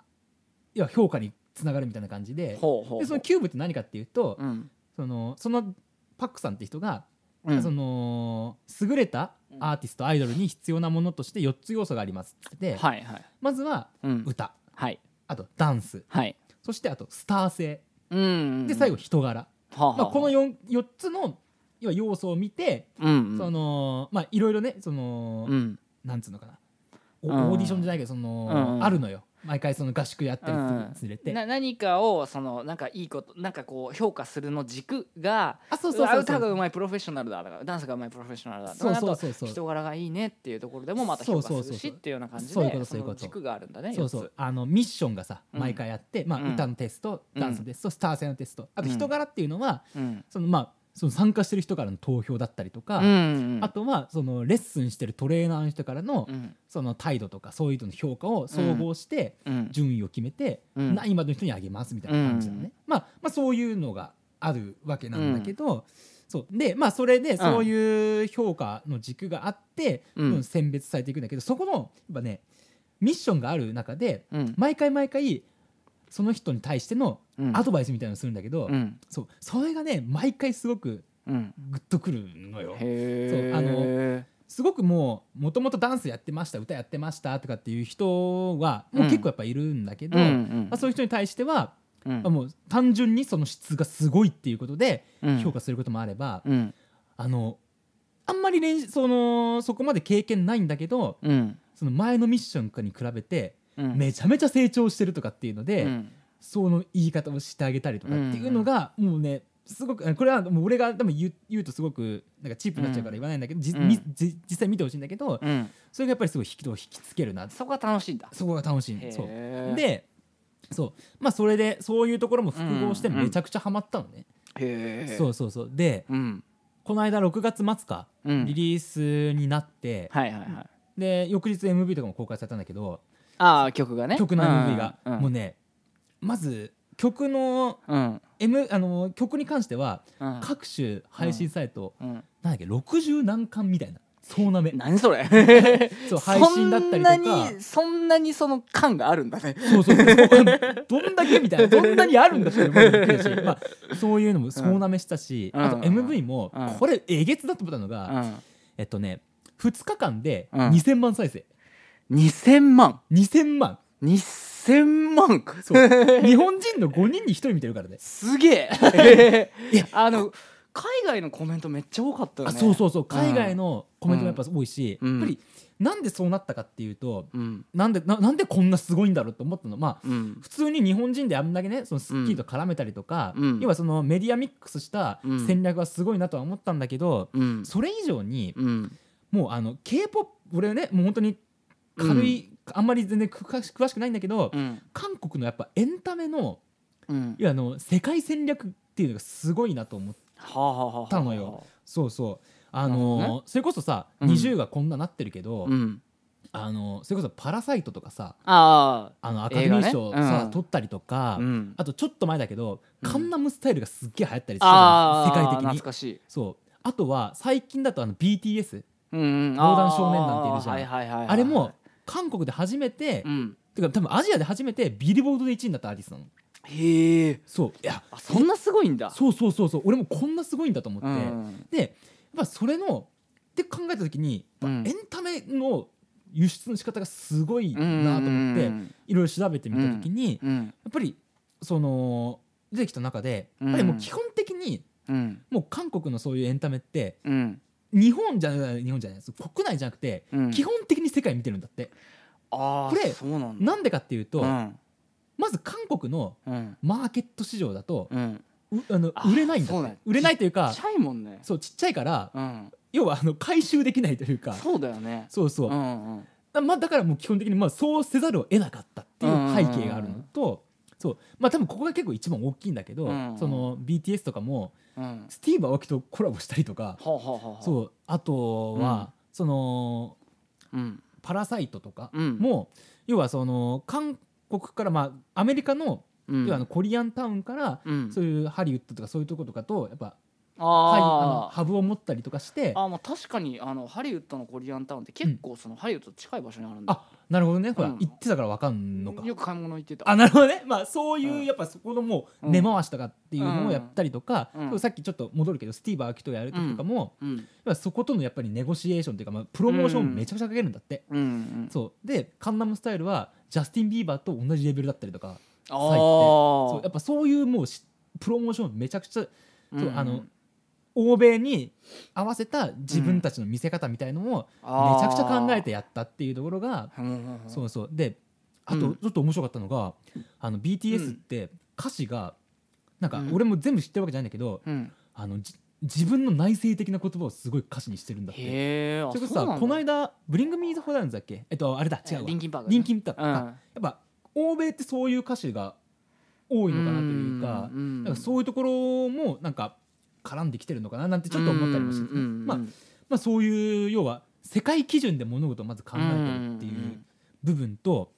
要は評価につながるみたいな感じでほうほうほうでそのキューブって何かっていうと、うんそのそのパックさんって人が、うんその優れたアーティストアイドルに必要なものとして4つ要素がありますって言ってて、はいはいまずはうん歌はいあとダンスはいそしてあとスター性うんで最後人柄、はあはあまあ、この 4, 4つの要は要素を見て、うんうんそのまあいろいろねその、うんなんつうのかなおうんオーディションじゃないけどその、うんあるのよ毎回その合宿やってるうんにつれて、な何かをそのなんかいいことなんかこう評価するの軸があそうそうわそうそ歌がううまいプロフェッショナルだとかダンスがうまいプロフェッショナルだとそかうあそうとそうそう人柄がいいねっていうところでもまた評価そうすそうそうるそしうっていうような感じでそういうことそういうのこと軸があるんだねそうそうあのミッションがさうん毎回あって、まあうん歌のテストダンスのテスト、スター性のテストあとうん人柄っていうのは、四つうんそのまあその参加してる人からの投票だったりとか、うんあとはそのレッスンしてるトレーナーの人からのうんその態度とかそういう人の評価を総合してうん順位を決めてうん何位までの人にあげますみたいな感じだね、うんまあ、まあそういうのがあるわけなんだけど、そうでまあそれでそういう評価の軸があって、うんうん選別されていくんだけどそこのやっぱねミッションがある中でうん毎回毎回その人に対してのうんアドバイスみたいなのをするんだけど、うんそうそれがね毎回すごくうんグッとくるのよ。へえそうあのすごくもうもともとダンスやってました歌やってましたとかっていう人はもう結構やっぱいるんだけど、うんまあ、そういう人に対しては、うんうんまあもう単純にその質がすごいっていうことでうん評価することもあれば、うんあのあんまり練習そのそこまで経験ないんだけどうんその前のミッションかに比べてうんめちゃめちゃ成長してるとかっていうので、うんその言い方をしてあげたりとかっていうのがもうねすごくこれはもう俺が多分言う言うとすごくなんかチープになっちゃうから言わないんだけど、じうんみじ実際見てほしいんだけど、うんそれがやっぱりすごい人を引きつけるなそこが楽しいんだそこが楽しいへのーそうでそうまあそれでそういうところも複合してうんうんめちゃくちゃハマったのね、へえそうそうそうでうんこの間6月末かうんリリースになって、はいはいはいで翌日 MV とかも公開されたんだけどああ曲がね曲の MV が、うんうんもうねまず曲の,、うん、 M、あの曲に関してはうん各種配信サイト、うん、なんだっけ60何巻みたいなそうなめ何それ そう配信だったりとかそんなにそんなにその感があるんだねそうそうそうどんだけみたいなどんなにあるんだって思うのも来る し、まあ、そういうのもそうなめしたし、うんあと MV もうんこれえげつだと思ったのうが、んえっとね2日間でうん2000万再生、 2000万2000万2000万そう日本人の5人に1人見てるからね すげえ あの海外のコメントめっちゃ多かったよあねそうそうそう海外のコメントもやっぱ多いし、うんやっぱりなんでそうなったかっていうとうんなんでななんでこんなすごいんだろうと思ったのまあうん普通に日本人であんだけねそのスッキリと絡めたりとか、うん要はそのメディアミックスした戦略はすごいなとは思ったんだけど、うんそれ以上にうんもうあの K-POP 俺ねもう本当に軽いあんまり全然詳し詳しくないんだけど、うん韓国のやっぱエンタメのうんいやあの世界戦略っていうのがすごいなと思ってはあはあはあはあたのよそうそうあなるほのどそれこそさ、うん20がこんななってるけど、うんあのそれこそ「パラサイト」とかさああのアカデミー賞映画ねさ、うん取ったりとあか、うんあとちょっと前だけど「うんカンナムスタイル」がすっげえ流行ったりしてあたじゃんー世界的懐にかしいそうあとは最近だとあの BTS うんうん防弾少年団っているじゃんあーはいはいはいはいあれも韓国で初めて、うんてか多分アジアで初めてビルボードで1位になったアーティストなのへえそういやあそんなすごいんだそうそうそうそう俺もこんなすごいんだと思って、うんでやっぱそれのって考えた時に、うんエンタメの輸出の仕方がすごいなと思って、うんいろいろ調べてみた時に、やうんっぱりその出てきた中でうんやっぱりもう基本的にうんもう韓国のそういうエンタメってうん日本じゃない日本じゃないです国内じゃなくて、うん基本的に世界見てるんだってああこれそうなんだなんでかっていうと、うんまず韓国のうんマーケット市場だと、うんうあのあ売れないんだそうっなんてだ売れないというかちっちゃいもんねそうちっちゃいからうん要はあの回収できないというかそうだよねそうそうう、んうんだまあ、だからもう基本的にまあそうせざるを得なかったっていう背景があるのと、そうまあ多分ここが結構一番大きいんだけど、うんうんその BTS とかもうんスティーブ・アオキとコラボしたりとか、はあはあはあはあそうあとは、そのうん「パラサイト」とかうんも、要はその韓国からまあアメリカの、うん要はあのコリアンタウンから、うんそういうハリウッドとかそういうとことかとやっぱはいあのあーハブを持ったりとかしてあーまあ確かにあのハリウッドのコリアンタウンって結構そのハリウッドと近い場所にあるんだあなるほどねほら、うん言ってたからわかんのかよく買い物行ってたあなるほどねまあそういう、うんやっぱそこのもううん根回しとかっていうのをやったりとか、うんそうさっきちょっと戻るけどスティーブ・アーキとやる時とかも、うん要はそことのやっぱりネゴシエーションというか、まあ、プロモーションめちゃくちゃかけるんだって、うんうんそうで「カンナムスタイル」はジャスティン・ビーバーと同じレベルだったりとかああそうやっぱそういうもうしプロモーションめちゃくちゃうんうんあの欧米に合わせた自分たちの見せ方みたいのをあーめちゃくちゃ考えてやったっていうところがうんうんうんそうそうであうとんちょっと面白かったのが、あのう BTS っんて歌詞がなんかうん俺も全部知ってるわけじゃないんだけど、うんあのじ自分の内省的な言葉をすごい歌詞にしてるんだって。へえあそれこそうなさんだこの間「ブリング・ミー・ザ・ホランズ」だっけえっとあれだ違うわリンキンパークだねリンキンパークかうんやっぱ欧米ってそういう歌詞が多いのかなというかうんうんなんかそういうところもなんか絡んできてるのかななんてちょっと思ったりもして、うんうんうんまあまあ、そういう要は世界基準で物事をまず考えてるっていう部分と、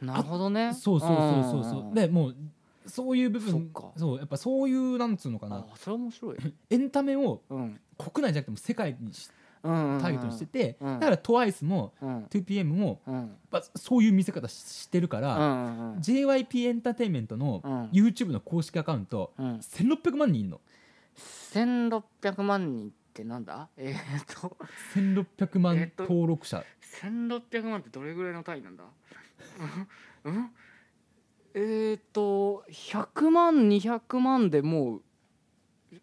なるほどねそうそうそうそうそうでもうそういう部そっ分かそうやっぱそういうなんつうのかあなーそれ面白いエンタメを うん国内じゃなくても世界にしうんうんターゲットにしてて、うんだから TWICE もうん 2PM もうんうんやっぱそういう見せ方ししてるかうら、ん JYP エンターテインメントのうん YouTube の公式アカウントうん1600万人いるの1600万人ってなんだ えーっと1600え万っと登録者、 1600万ってどれぐらいの単位なんだ うんうんえーっと100万200万でもう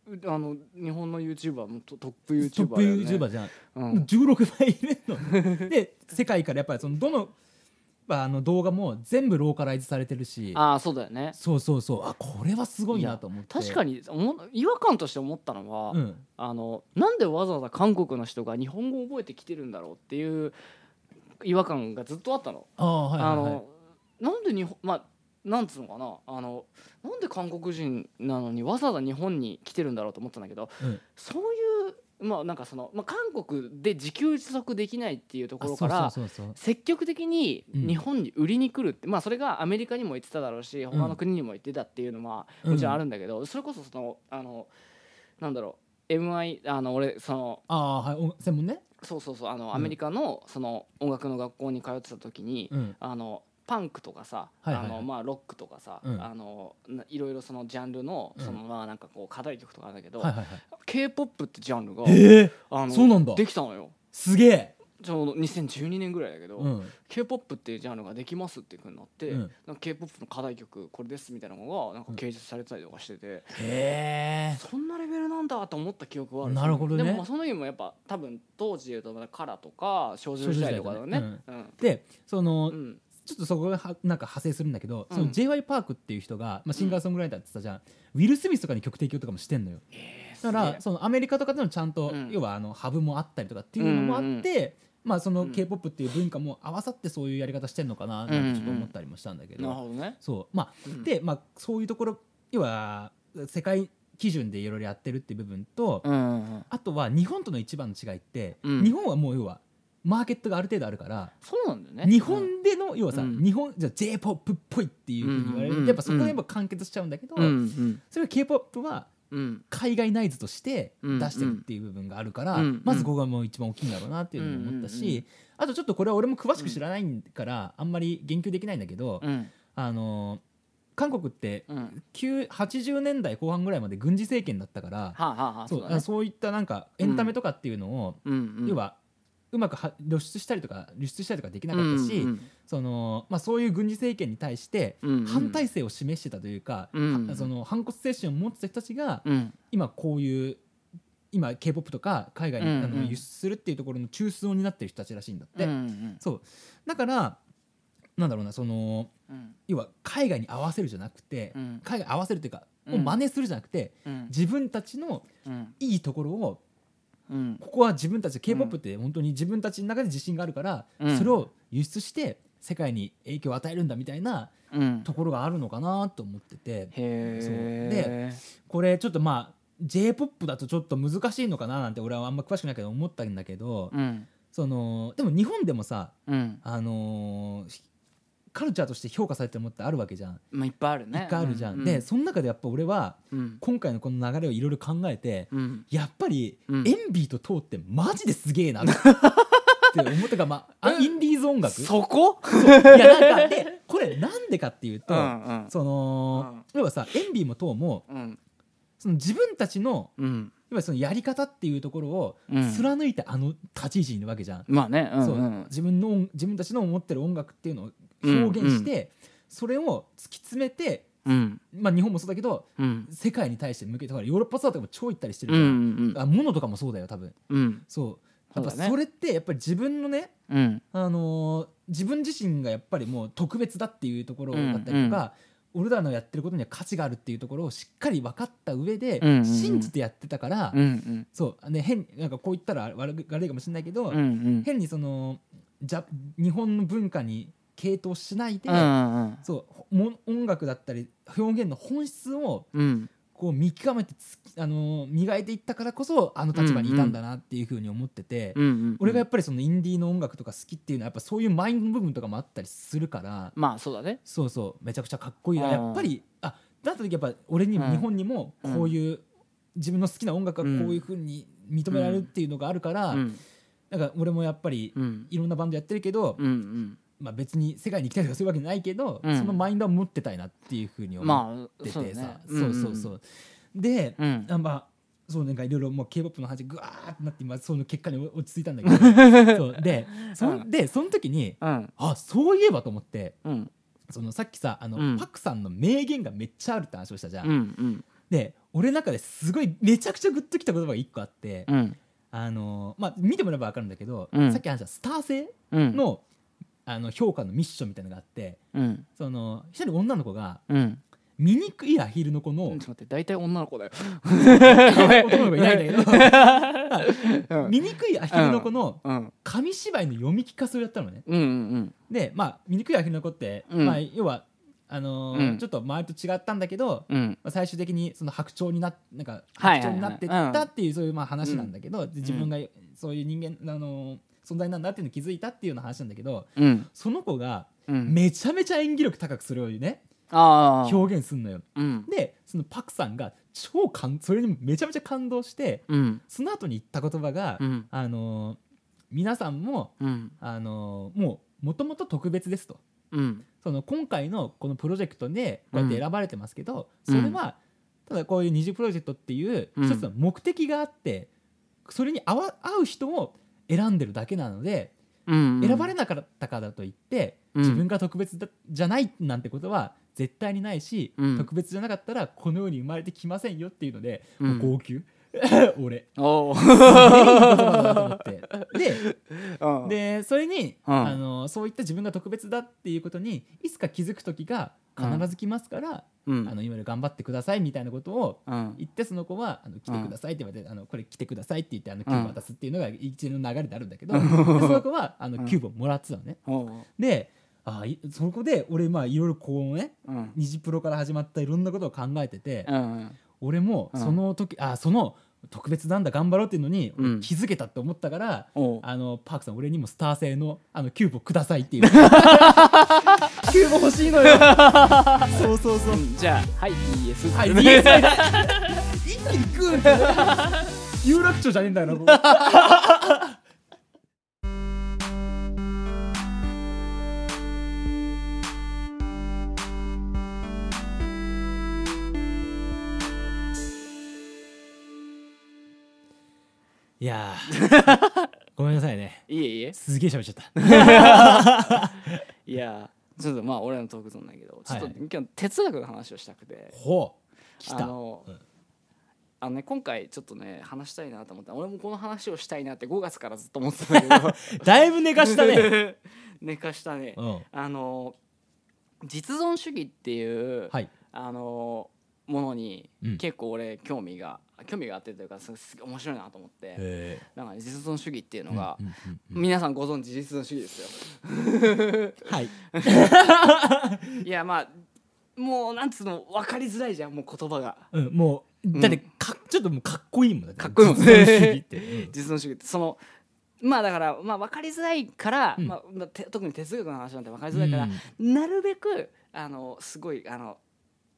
うあの日本の YouTuber もトトップ YouTuber トップだよね YouTuber じゃんうん 16倍入れんので世界からやっぱりそのどのまああの動画も全部ローカライズされてるしああそうだよねそうそうそうあこれはすごいなと思って確かに、におも違和感として思ったのは、うん、あのなんでわざわざ韓国の人が日本語を覚えてきてるんだろうっていう違和感がずっとあったの。ああはいはあいはいのなんで日本まあなんつうのかなあのなんで韓国人なのにわざわざ日本に来てるんだろうと思ったんだけどうんそういうまあなんかその、まあ、韓国で自給自足できないっていうところあからそうそうそう積極的にうん日本に売りに来るって、まあそれがアメリカにも行ってただろうし他の国にも行ってたっていうのはうんもちろんあるんだけど、それこそそのあのなんだろう MI あの俺そのああはいお専門ね、そうそうそうあんのアメリカのその音楽の学校に通ってた時に、うん、あのパンクとかさ、はいはいはいあのまあロックとかさ、うんあのないろいろそのジャンルのうんその、まあなんかこう課題曲とかあるんだけど、はいはいは K-POP ってジャンルがいへえあのそうなんだできたのよすげえちょうど2012年ぐらいだけど、うん K-POP っていうジャンルができますっていうふうになって、うんなんか K-POP の課題曲これですみたいなのがなんか掲示されてたりとかしてて、へえそんなレベルなんだと思った記憶はあるなるほどねでもまあその時もやっぱ多分当時でいうとまだカラとか少女時代とかだね少女時うんうんでその、うんちょっとそこがはなんか派生するんだけど、うんその j y パークっていう人が、まあ、シンガーソングライターって言ってたじゃん、ウィル・スミスとかに曲提供とかもしてんのよえだーかすげえらそのアメリカとかでもちゃんと、うん要はあのハブもあったりとかっていうのもあって、まあそのうん k p o p っていう文化も合わさってそういうやり方してんのかななんてちょっと思ったりもしたんだけど、なるほどね。そうまあうん、で、まあ、そういうところ要は世界基準でいろいろやってるって部分と、うんうんうん、あとは日本との一番の違いって、うん日本はもう要はマーケットがある程度あるからそうなんだよね。日本での要はさ、うん日本じゃ j p o p っぽいっていうふうに言われる、うんうんうんやっぱそこがやっぱ完結しちゃうんだけど、うんうんそれは k p o p はうん海外ナイズとしてうん出してるっていう部分があるから、うんうんまずここがもう一番大きいんだろうなっていうのも思ったし、うんうんうんあとちょっとこれは俺も詳しく知らないからあんまり言及できないんだけど、うんあの韓国ってうんうん9 80年代後半ぐらいまで軍事政権だったからはあ、はあはあ、そそううそだう,、ね。いったなんかエンタメとかっていうのを、うんうん要はうまくは露出したりとか輸出したりとかできなかったし、うんうんそのまあ、そういう軍事政権に対してうんうん反対性を示してたというか、うんはその反骨精神を持ってた人たちがうん今こういう今 k p o p とか海外に、うんあうのん輸出するっていうところの中枢を担ってる人たちらしいんだって、うんうんそうだからなんだろうなそのうん要は海外に合わせるじゃなくて、うん海外に合わせるというか、うんもう真似するじゃなくてうん自分たちのうんいいところをうんここは自分たち k p o p って本当に自分たちの中で自信があるから、うんそれを輸出して世界に影響を与えるんだみたいなうんところがあるのかなと思っててそうへでこれちょっとまあ j p o p だとちょっと難しいのかななんて俺はあんま詳しくないけど思ったんだけど、えうんそのでも日本でもさ、うんあのーカルチャーとして評価されてるものってあるわけじゃん。まあいっぱいある一ね回あるじゃん、でその中でやっぱ俺はうん今回のこの流れをいろいろ考えて、うんやっぱりエうんンビーとトーってマジですげえ なって思ったかまああうんインディーズ音楽そこいやなんかでこれなんでかっていうと、うんうんその、要はさエンビーもトーもうんその自分たちのうん要はそのやり方っていうところをうん貫いてあの立ち位置にいるわけじゃん、まあねうんそううん自分の音自分たちの思ってる音楽っていうのを表現して、それを突き詰めてうんまあ日本もそうだけどうん世界に対して向けてほらヨーロッパツアーとかも超行ったりしてるうじゃん、んあモノとかもそうだよ多分うんそうやっぱそうだねそれってやっぱり自分のね、うんあのー自分自身がやっぱりもう特別だっていうところだったりとか、俺らのやってることには価値があるっていうところをしっかり分かった上で、うんうんうん信じてやってたから、うんそうね変なんかこう言ったら悪悪いかもしれないけど、うんうん変にそのじゃ日本の文化に傾倒しないで、うんそうほも音楽だったり表現の本質をうんこう見極めてつきあのー磨いていったからこそあの立場にいたんだなっていうふうに思ってて、うん俺がやっぱりそのインディーの音楽とか好きっていうのはやっぱそういうマインドの部分とかもあったりするからまあそうだねそうそうめちゃくちゃかっこいいなうんやっぱりあだった時やっぱ俺にもうん日本にもこういう自分の好きな音楽がこういうふうに認められるっていうのがあるかうらんなんか俺もやっぱりうんいろんなバンドやってるけどうんうんまあ別に世界に行きたいとかそういうわけじゃないけどうんそのマインドは持ってたいなっていうふうに思まっあてそうてだねさそうそうそうでうんあまあそうなんかいろいろもう K-POP の話グワーってなって今その結果に落ち着いたんだ けどそうでそんでその時にうんあそういえばと思ってうんそのさっきさあの、うんパクさんの名言がめっちゃあるって話をしたじゃん。うんうんで俺の中ですごいめちゃくちゃグッときた言葉が一個あって、うんあのまあ、見てもらえば分かるんだけど、うんさっき話したスター性うんの,、あの評価のミッションみたいなのがあってうんその一人女の子がうん醜いアヒルの子うのんちょっと待って大体女の子だよ。男の子いないんだけどうん醜いアヒルの子のうん紙芝居の読み聞かせをやったのね。うんうんでまあ醜いアヒルの子って、うんまあ、要はあのーうんちょっと周りと違ったんだけど、うんまあ、最終的にその白鳥になっなんかはいはいはい白鳥になってったっていうそういうまあ話なんだけど、で自分がそういう人間あのー存在なんだっていうのを気づいたっていうような話なんだけどうんその子がうん。めちゃめちゃ演技力高くそれをねああ。表現するのよ。うんでそのパクさんが超感それにめちゃめちゃ感動してうんその後に言った言葉が、うんあのー皆さんも、うんあのーもうもともと特別ですと。うんその今回のこのプロジェクトでこうやって選ばれてますけど、うんそれはただこういう二次プロジェクトっていううん一つの目的があって、それに合わ合う人を選んでるだけなので、うん。選ばれない。なかったからといって、うん自分が特別だじゃないなんてことは絶対にないし、うん特別じゃなかったらこの世に生まれてきませんよっていうので、うんもう号泣 俺 おお、全員バタバタだと思ってでうん、でそれに、うんあのそういった自分が特別だっていうことにいつか気づく時が必ず来ますから、あうん、のいわゆる頑張ってくださいみたいなことをうん、言ってその子は「あの来てください」って言われて、あの「これ来てください」って言ってあのキューブ渡すっていうのが一連の流れであるんだけ ど、うんでその子はあうのんキューブをもらってたのね。おうであいそこで俺まあいろいろこうねうん、虹プロから始まったいろんなことを考えてて、うん、俺もうんその時、あその特別なんだ頑張ろうっていうのにうん気づけたって思ったから、おう、あのパークさん俺にもスター製のあのキューブをくださいっていう キューブ欲しいのよそうそうそううんじゃあはい ES はい DS だ一気にグーって有楽町じゃねえんだよなここいやーごめんなさいね いえいえすげえ喋っちゃったいやちょっとまあ俺のトークゾーンだけどちょっと、はい今日哲学の話をしたくてほう来たあの、うんあのね今回ちょっとね話したいなと思った俺もこの話をしたいなって5月からずっと思ってたんだけどだいぶ 寝かした ね寝かしたね、うんあの実存主義っていう、はいあのものにうん結構俺興味が、興味があってというかすすごい面白いなと思ってえだから実存主義っていうのーが、うんうんうん皆さんご存知実存主義ですよはい いやまあもうなんつうの分かりづらいじゃんもう言葉がうん、もう、んだってか、ちょっともうかっこいいもんだかっこいいもんね実存主義ってうん実存主義ってそのまあだから、まあ、分かりづらいから、うんまあまあ、て特に哲学の話なんて分かりづらいから、なるべくあのすごいあの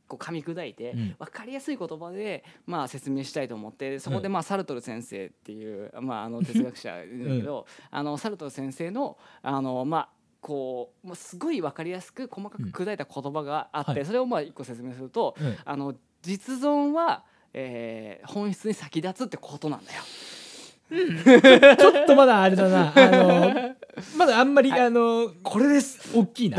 こう噛み砕いて、うん分かりやすい言葉で、まあ、説明したいと思ってそこで、まあ、サルトル先生っていう、ま あ、あの哲学者いるんだけど、あのサルトル先生のあの、まあ、こうもうすごい分かりやすく細かく砕いた言葉があって、うんはいそれをまあ一個説明するとうんうんあの実存は、えー本質に先立つってことなんだよ。ちょっとまだあれだ な、あの、まだあんまり、あの、これです。大きいな。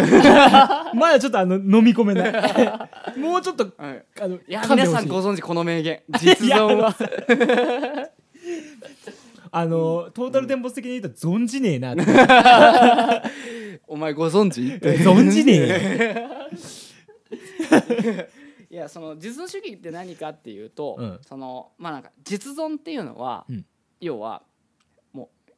まだちょっとあの、飲み込め ない。もうちょっと、うんあの、いや噛んで皆ほさしんいご存知この名言実存はあの、トータルテンボス的に言うと、存じねえなって。お前 ご存知って存じねえよ。 いやその実存主義って何かっていうと、うんそのまあなんか実存っていうのは、うん要はもう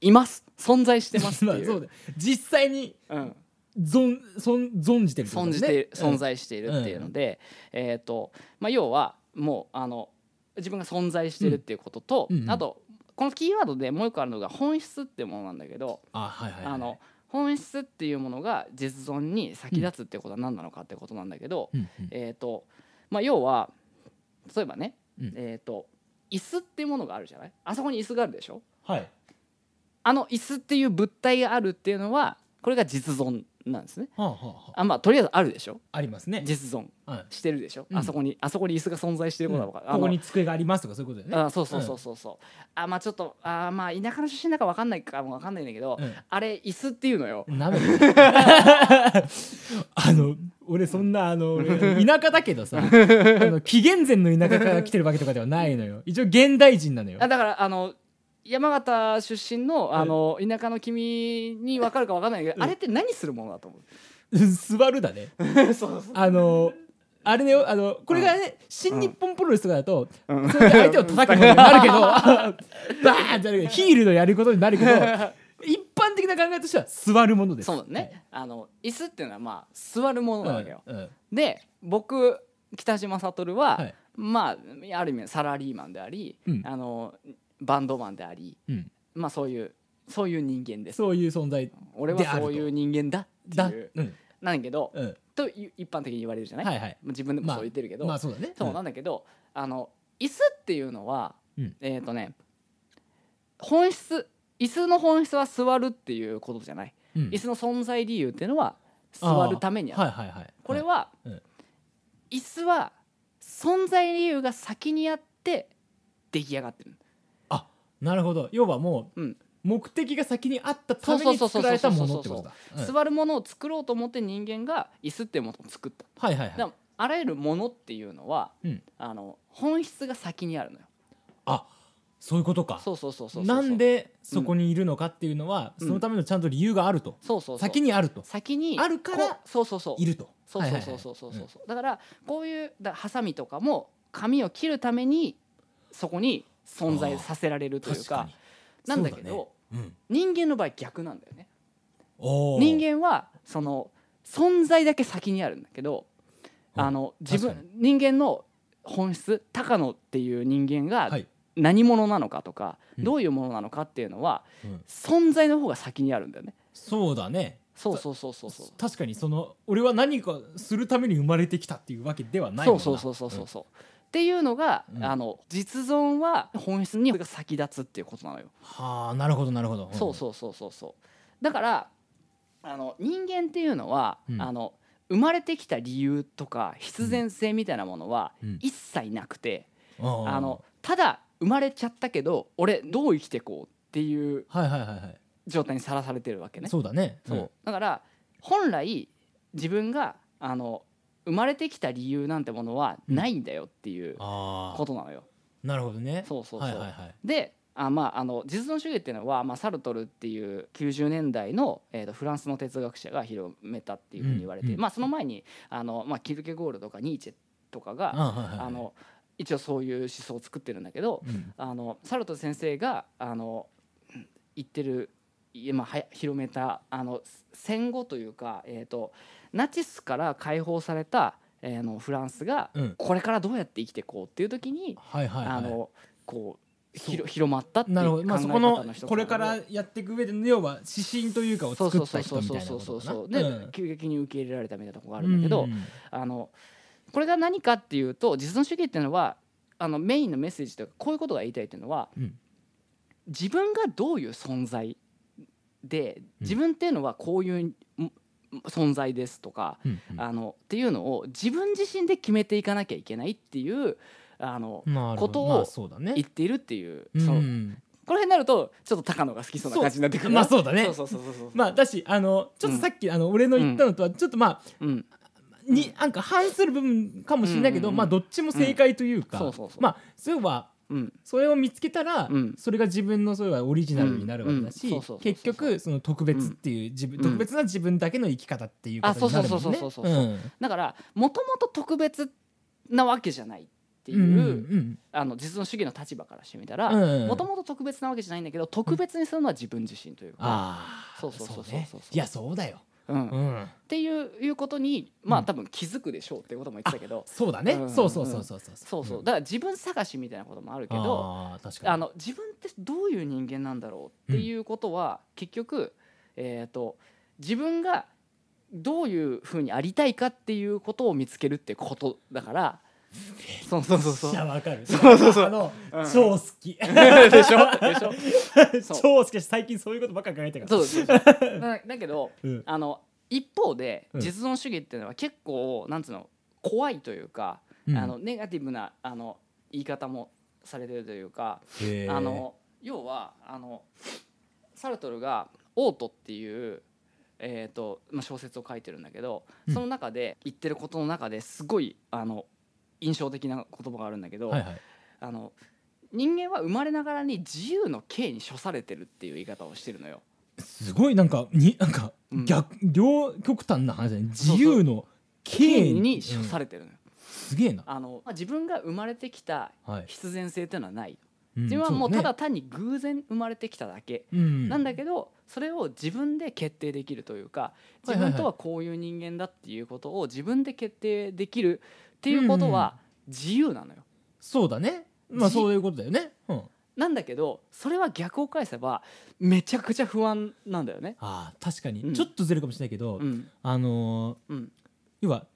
います存在してます っまあていそうう,、だ実際に、うん、存、存、存じてるってこと存ねじてうん存在しているっていうので、えっ、とまあ要はもうあの自分が存在してるっていうことと、うんうんうんあとこのキーワードでもう一個あるのが本質っていうものなんだけど、あ、はいはいはい。あの本質っていうものが実存に先立つってことは何なのかってことなんだけど、うんうん、えーとまあ、要は例えばね、うんえー、と椅子っていうものがあるじゃないあそこに椅子があるでしょはい。あの椅子っていう物体があるっていうのはこれが実存なんですねはあ、はあはあ、あまあとりあえずあるでしょありますね。実存はいしてるでしょ、うんあそこにあそこに椅子が存在してることは分かる、あこのこに机がありますとかそういうことだよね。あそうそうそうそうそう、あまあちょっとあまあ田舎の出身だから分かんないかも分かんないんだけど、うんあれ椅子っていうのよ、なめてる あの俺そんなあの田舎だけ どさあの紀元前の田舎から来てるわけとかではないのよ一応現代人なのよあだからあの山形出身のあの田舎の君に分かるか分かんないけど、あれって何するものだと思う座るだね そうそうあのあれねあのこれがね、新日本プロレスとかだと、うんそれで相手を叩くことになるけど バーンってなるけどヒールのやることになる けど一般的な考えとしては座るものですそうだね、あの椅子っていうのはまあ座るものはいなわけよ、うんうんで僕北島悟は、はいまあある意味サラリーマンであり、うんあのバンドマンでありうんまあそういうそういう人間ですそういう存在俺であはるとそういう人間だだ、っうていうんなんだけど、うん、という一般的に言われるじゃない、はいはいまあ自分でもそう言ってるけど、まあそうだねそううんなんだけど、あの椅子っていうのは、うんえっ、とね本質椅子の本質は座るっていうことじゃない、うん椅子の存在理由っていうのは座あーるためにあるはいはいはいこれは、うん椅子は存在理由が先にあって出来上がってるあなるほど要はもう、うん目的が先にあったために作られたものってことだうん座るものを作ろうと思って人間が椅子っていうものを作った、はいはいはいだからあらゆるものっていうのはうんあの本質が先にあるのよあそういうことかそうそうそうそうそうなんでそこにいるのかっていうのは、うんそのためのちゃんと理由があると、そうそうそう先にあると先にあるからこそうそうそういるとそうそうそうそうそうそうそうだからこういうだハサミとかも髪を切るためにそこに存在させられるというかなんだけど人間の場合逆なんだよね人間間はその存在だけ先にあるんだけどうんあの自確分人間の本質高野っていう人間はがい、何者なのかとかうんどういうものなのかっていうのはうん存在の方が先にあるんだよねそうだねそうそうそうそうそう確かにその俺は何かするために生まれてきたっていうわけではないそもんうなそうそうそうそうそう、っていうのが、うんあの実存は本質に先立つっていうことなのよ、はあなるほどなるほど、んそうそうそうそうそうだからあの人間っていうのは、うんあの生まれてきた理由とか必然性みたいなものはうん一切なくて、うんあのただ生まれちゃったけど俺どう生きてこうっていうはいはいはいはい、状態にさらされてるわけねそうだねそう、だから本来自分があの生まれてきた理由なんてものはないんだよっていうあこあとなのよ。なるほどねそうそうそうはいはいはいであまあ、あの実存主義っていうのは、まあ、サルトルっていう90年代の、えー、とフランスの哲学者が広めたっていうふうに言われて、うんうんまあ、その前にあの、まあ、キルケゴールとかニーチェとかがあ、あはいはいはいの一応そういう思想を作ってるんだけどうんあのサルトル先生があのうん言ってる、いまあ、は広めたあの戦後というか、えー、とナチスから解放された、えーあのフランスが、うんこれからどうやって生きていこうっていう時にはいはいはいあのこうそうひろ広まったっていうなるほど、まあ、そこの一つなこれからやっていく上での要は指針というかをそう作そうっそたうそ人うみそたういなそこうそとうかなで、うん急激に受け入れられたみたいなところがあるんだけど、うんあのこれが何かっていうと実存主義っていうのはあのメインのメッセージというかこういうことが言いたいっていうのはうん自分がどういう存在でうん自分っていうのはこういうん存在ですとか、うんうんあのっていうのを自分自身で決めていかなきゃいけないっていうあの、なるほどことをまあそうだね言っているっていう、うんそのこの辺になるとちょっと高野が好きそうな感じになってくるなまあそうだねそうそうそうそうそうまあだしあのちょっとさっき、あの俺の言ったのとはちょっとまあ、うんになんか反する部分かもしれないけど、うんうんうんまあどっちも正解というか、うんそうそうそうまあそうはうんそれを見つけたら、うんそれが自分のそれはオリジナルになるわけだうんし、うんそうそうそうそう結局その特別っていう自分、うん特別な自分だけの生き方っていうことになるもんね。あそうそうそうそうそうそんだからもともと特別なわけじゃないっていう、うんうんあの実存主義の立場からしてみたうらんうんもともと特別なわけじゃないんだけど特別にするのは自分自身というか、ああそうそうそうそうそうねいやそうだよ、うんうっん、ていういうことにまうあん多分気づくでしょうっていうことも言ってたけど、そうだね、うんそうそうそうそうそうそうそうだだから自分探しみたいなこともあるけど、あー確かにあの自分ってどういう人間なんだろうっていうことは、結局、えー、と自分がどういうふうにありたいかっていうことを見つけるってことだからそうそうそうそいやうわかるそうそうそうあの、うん超好き でしょでし ょそう超好きだし最近そういうことばっかり考えてるかそらうそうそうだだけどうんあの一方でうん実存主義っていうのは結構なんつうの怖いというか、うんあのネガティブなあの言い方もされてるというか、へーあの要はあのサルトルが「オート」っていう、えーとまあ、小説を書いてるんだけど、うんその中で言ってることの中ですごいあの印象的な言葉があるんだけど、はいはいあの人間は生まれながらに自由の刑に処されてるっていう言い方をしてるのよ。すごいなんかになんかうん逆、両極端な話だねそう自由の刑刑に処され、れてるのよ。うんすげえなあのまあ、自分が生まれてきたはい、必然性っていうのはない。うん自分はそもうねただ単に偶然生まれてきただけ。うんなんだけどそれを自分で決定できるというかはい自はいはい分とはこういう人間だっていうことを自分で決定できるっていうことは自由なのよ。そうだねまあじそういうことだよね、うん、なんだけどそれは逆を返せばめちゃくちゃ不安なんだよね。あー確かに、うんちょっとずれるかもしれないけど、うんあのーうん要は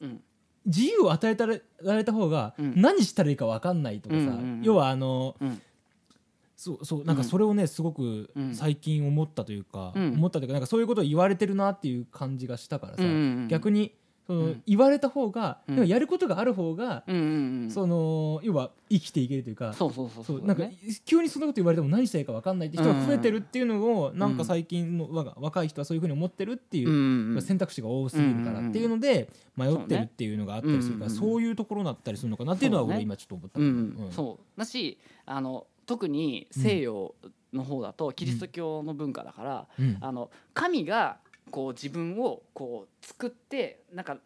うん自由を与えたらられた方がうん何したらいいか分かんないとかさ、うんうんうん要はあのうんそうそうなんかそれをねすごくうん最近思ったというか、うん思ったというかなんかそういうことを言われてるなっていう感じがしたからさ、うんうんうん逆にその、うん言われた方が、うんでもやることがある方が、うんうんうんその要は生きていけるというかそうそうそうそうだなんかね急にそんなこと言われても何したらいいか分かんないって人が増えてるっていうのを、んなんか最近のわが若い人はそういうふうに思ってるっていうう、んうん選択肢が多すぎるからっていうので迷ってるっていうのがあったりするからそうねそう,、うんうんいうところだったりするのかなっていうのは俺今ちょっと思ったうんんだけうんど、そうだしあの特に西洋の方だとキリスト教の文化だから、うんうんあの神がこう自分をこう作ってなんか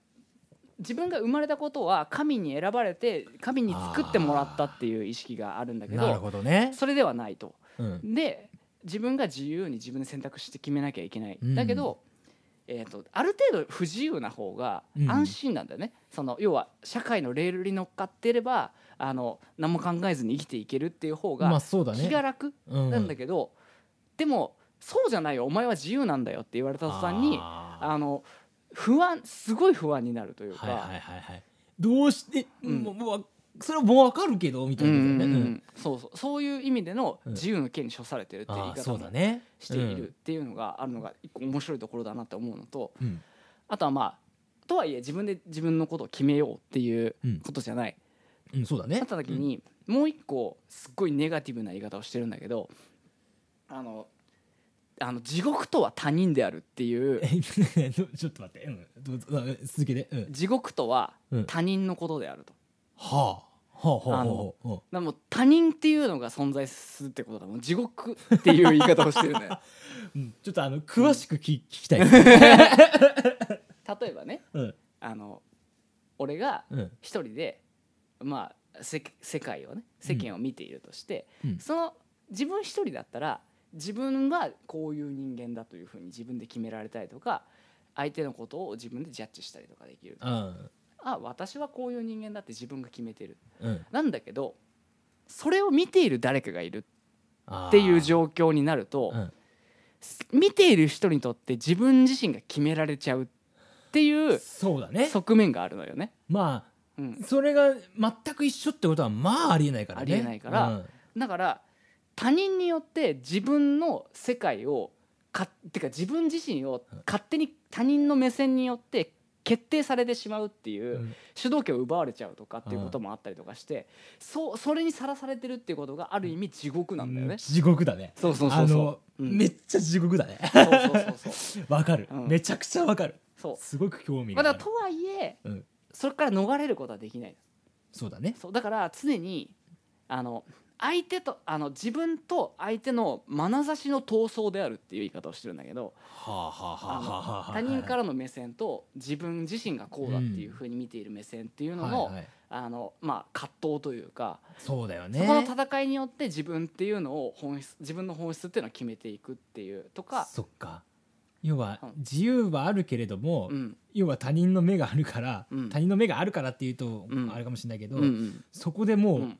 自分が生まれたことは神に選ばれて神に作ってもらったっていう意識があるんだけなるどほどね、それではないと。うんで自分が自由に自分で選択して決めなきゃいけない、うんだけど、えー、とある程度不自由な方がうん安心なんだよね、その要は社会のレールに乗っかってればあの何も考えずに生きていけるっていう方まあがそうだね気が楽うんなんだけど、でもそうじゃないよお前は自由なんだよって言われた途端にああの不安すごい不安になるといーうか。はいはいはいはいどうして、うんもうもうそれはもう分かるけどみたういんなうことんうだよね、ん、そうそうそういう意味でのうん自由の権利に処されてるっていう言あいあ方そうもだねしているっ、ていうのがあるのが一個面白いところだなって思うのとうんうんあとはまあとはいえ自分で自分のことを決めようっていううんことじゃないうんそうだねなった時にもう一個すっごいネガティブな言い方をしてるんだけどあのあの地獄とは他人であるっていうえ ちょっと待って、うん、どうぞあ続けて、うん、地獄とはうん他人のことであると。はあはあはあはああはのあはだからもう他人っていうのが存在するってことだもん地獄っていう言い方をしてるんだ よあうんちょっとあの詳しく聞き,、聞きたいですね、例えばねうんあの俺がうん一人でまあせ世界をね世間を見ているとして、うんその自分一人だったら自分はこういう人間だというふうに自分で決められたりとか相手のことを自分でジャッジしたりとかできるうんあ私はこういう人間だって自分が決めてるうんなんだけどそれを見ている誰かがいるあーっていう状況になると、うん見ている人にとって自分自身が決められちゃうっていうそうだね側面があるのよね。まあうん、それが全く一緒ってことはまあありえないからねありえないからうんだから他人によって自分の世界をかってか自分自身を勝手に他人の目線によって決定されてしまうっていううん主導権を奪われちゃうとかっていうこともあったりとかしてそうそれにさらされてるっていうことがある意味地獄なんだよね。地獄だねそうそうそうそう。あのうんめっちゃ地獄だねそうそうそうそう。わかる、うんめちゃくちゃわかるそすごく興う。味まあがあだるから、とはいえうん、それから逃れることはできない。そうだねそうだから常にあの相手とあの自分と相手の眼差しの闘争であるっていう言い方をしてるんだけど。はあはあはあはあはあはあ他人からの目線と自分自身がこうだっていうふうに見ている目線っていうのの,、はいはいあのまあ、葛藤というか、そうだよねそこの戦いによって自分っていうのを本質自分の本質っていうのを決めていくっていうとか、そっか要はうん自由はあるけれども、うん要は他人の目があるから、うん他人の目があるからっていうと、うんあれかもしれないけど、うんうんそこでもう、うん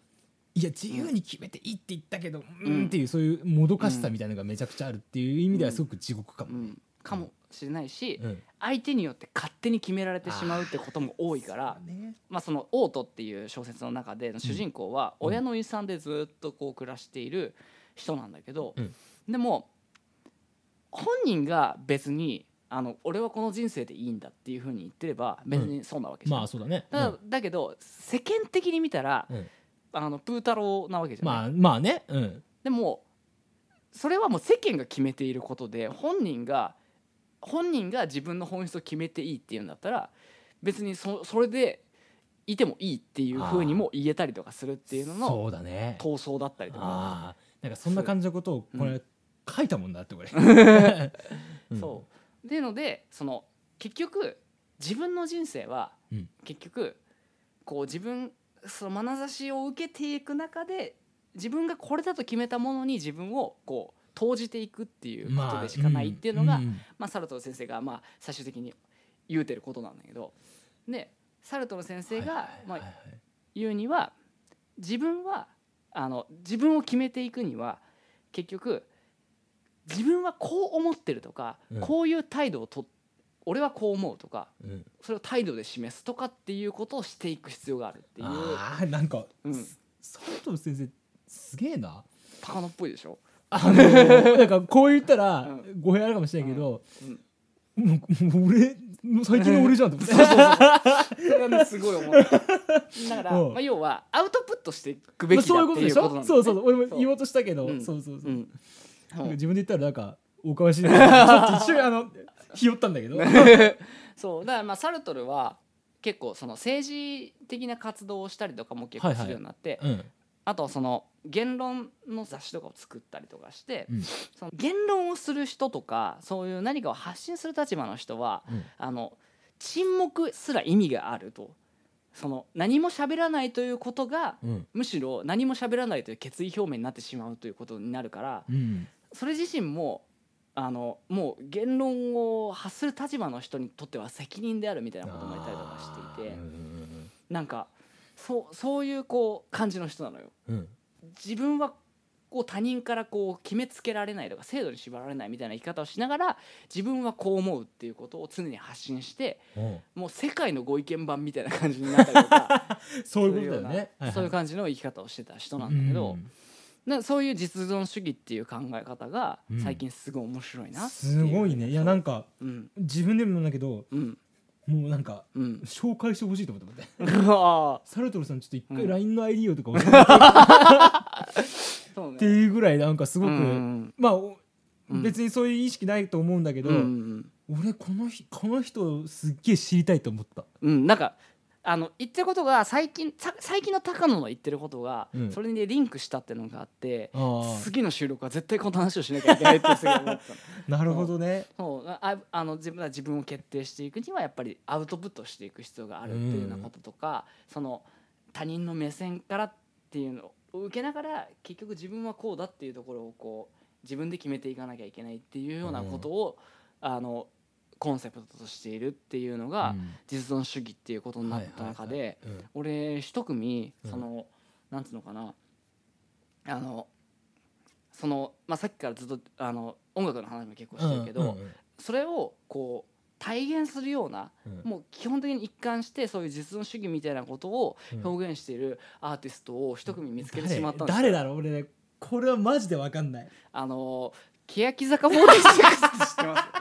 いや自由に決めていいって言ったけど、う、うんんっていうそういうもどかしさみたいなのがめちゃくちゃあるっていう意味ではすごく地獄かうもね。ん、かもしれないし、うん相手によって勝手に決められてしまうってことも多いから。そうだねまあ、そのオートっていう小説の中での主人公はうん親の遺産でずっとこう暮らしている人なんだけど、うんでも本人が別にあの俺はこの人生でいいんだっていうふうに言ってれば別にそうなわけじゃん、まあそうだね。だだけど世間的に見たら、うんあのプー太郎なわけじうんゃない、まあまあね。うん。でもそれはもう世間が決めていることで本人が本人が自分の本質を決めていいっていうんだったら別にそそれでいてもいいっていうふうにも言えたりとかするっていうののそうだね。闘争だったりとか、ああなんかそんな感じのことをこれ書いたもんだってこ れ。うんそうっていうのでその結局自分の人生はうん結局こう自分その眼差しを受けていく中で自分がこれだと決めたものに自分をこう投じていくっていうことでしかないっていうのが、んまあ、サルトル先生がまあ最終的に言うてることなんだけどでサルトル先生がまはいはいはいあ言うには自分はあの自分を決めていくには結局自分はこう思ってるとか、うんこういう態度をと俺はこう思うとかうんそれを態度で示すとかっていうことをしていく必要があるっていうああなんか、うん佐藤先生すげえな。高野っぽいでしょ、あの なんかこう言ったらう語弊あるかもしれないけど、うんもうもう俺最近の俺じゃんと思って そうそうそうそれはねすご い思っただから、うんまあ、要はアウトプットしていくべまあきだ そういうこってとでいうしことなんだ、ょね、そうそうそう俺も言おうとしたけどうんそうそうそううんなうんかん自分で言ったらなんかおか しいなちょっと一瞬あのひよったんだけどう そうだからまあサルトルは結構その政治的な活動をしたりとかも結構するようになって、んあとはその言論の雑誌とかを作ったりとかして、うんその言論をする人とかそういう何かを発信する立場の人はうんあの沈黙すら意味があるとその何も喋らないということがうんむしろ何も喋らないという決意表明になってしまうということになるからうんそれ自身もあのもう言論を発する立場の人にとっては責任であるみたいなことも言ったりとかしていてあーうんなんかそうそういうこう感じの人なのよ。うんうん自分はこう他人からこう決めつけられないとか制度に縛られないみたいな生き方をしながら自分はこう思うっていうことを常に発信してうんもう世界のご意見版みたいな感じになったりと かそういうことだよねそういうようなそうい感う感じの生き方をしてた人なんだけど、なそういう実存主義っていう考え方がうん最近すごい面白いなっていうすごいねいやなんかうん自分でもなんだけどうんもうなんかうん紹介してほしいと思って待ってああサルトルさんちょっと一う回ん LINE の ID をとか教えてそうねっていうぐらいなんかすごく、うんまあおうん別にそういう意識ないと思うんだけど、うんうん俺この日この人すっげえ知りたいと思ったうん、なんかあの言ってることが最近さ最近の高野の言ってることが、うんそれにリンクしたっていうのがあってあ次の収録は絶対この話をしなきゃいけないってすごい思ったのあなるほどねそうああの自分自分を決定していくにはやっぱりアウトプットしていく必要があるっていうようなこととか、その他人の目線からっていうのを受けながら結局自分はこうだっていうところをこう自分で決めていかなきゃいけないっていうようなことを、あのコンセプトとしているっていうのが、実存主義っていうことになった中で、うんうん俺一組うんその、なんつうのかなあのその、まあ、さっきからずっとあの音楽の話も結構してるけど、うんうんそれをこう体現するようなうんもう基本的に一貫してそういう実存主義みたいなことをうん表現しているアーティストを一組見つけてしまったんです誰誰だろう俺ねこれはマジでわかん ないあの欅坂46って知ってます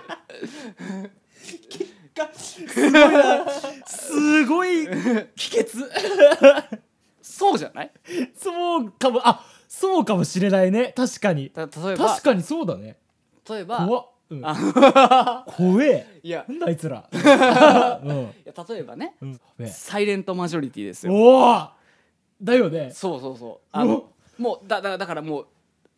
すごい秘訣そうじゃないそうかもあそうかもしれないね確かにた例えば確かにそうだね例えば怖っ、うんあ怖えいやなんだあいつ ら、うんいや例えばねうん、怖えサイレントマジョリティですよおおだよねそうそうそうあのもうだだだからもう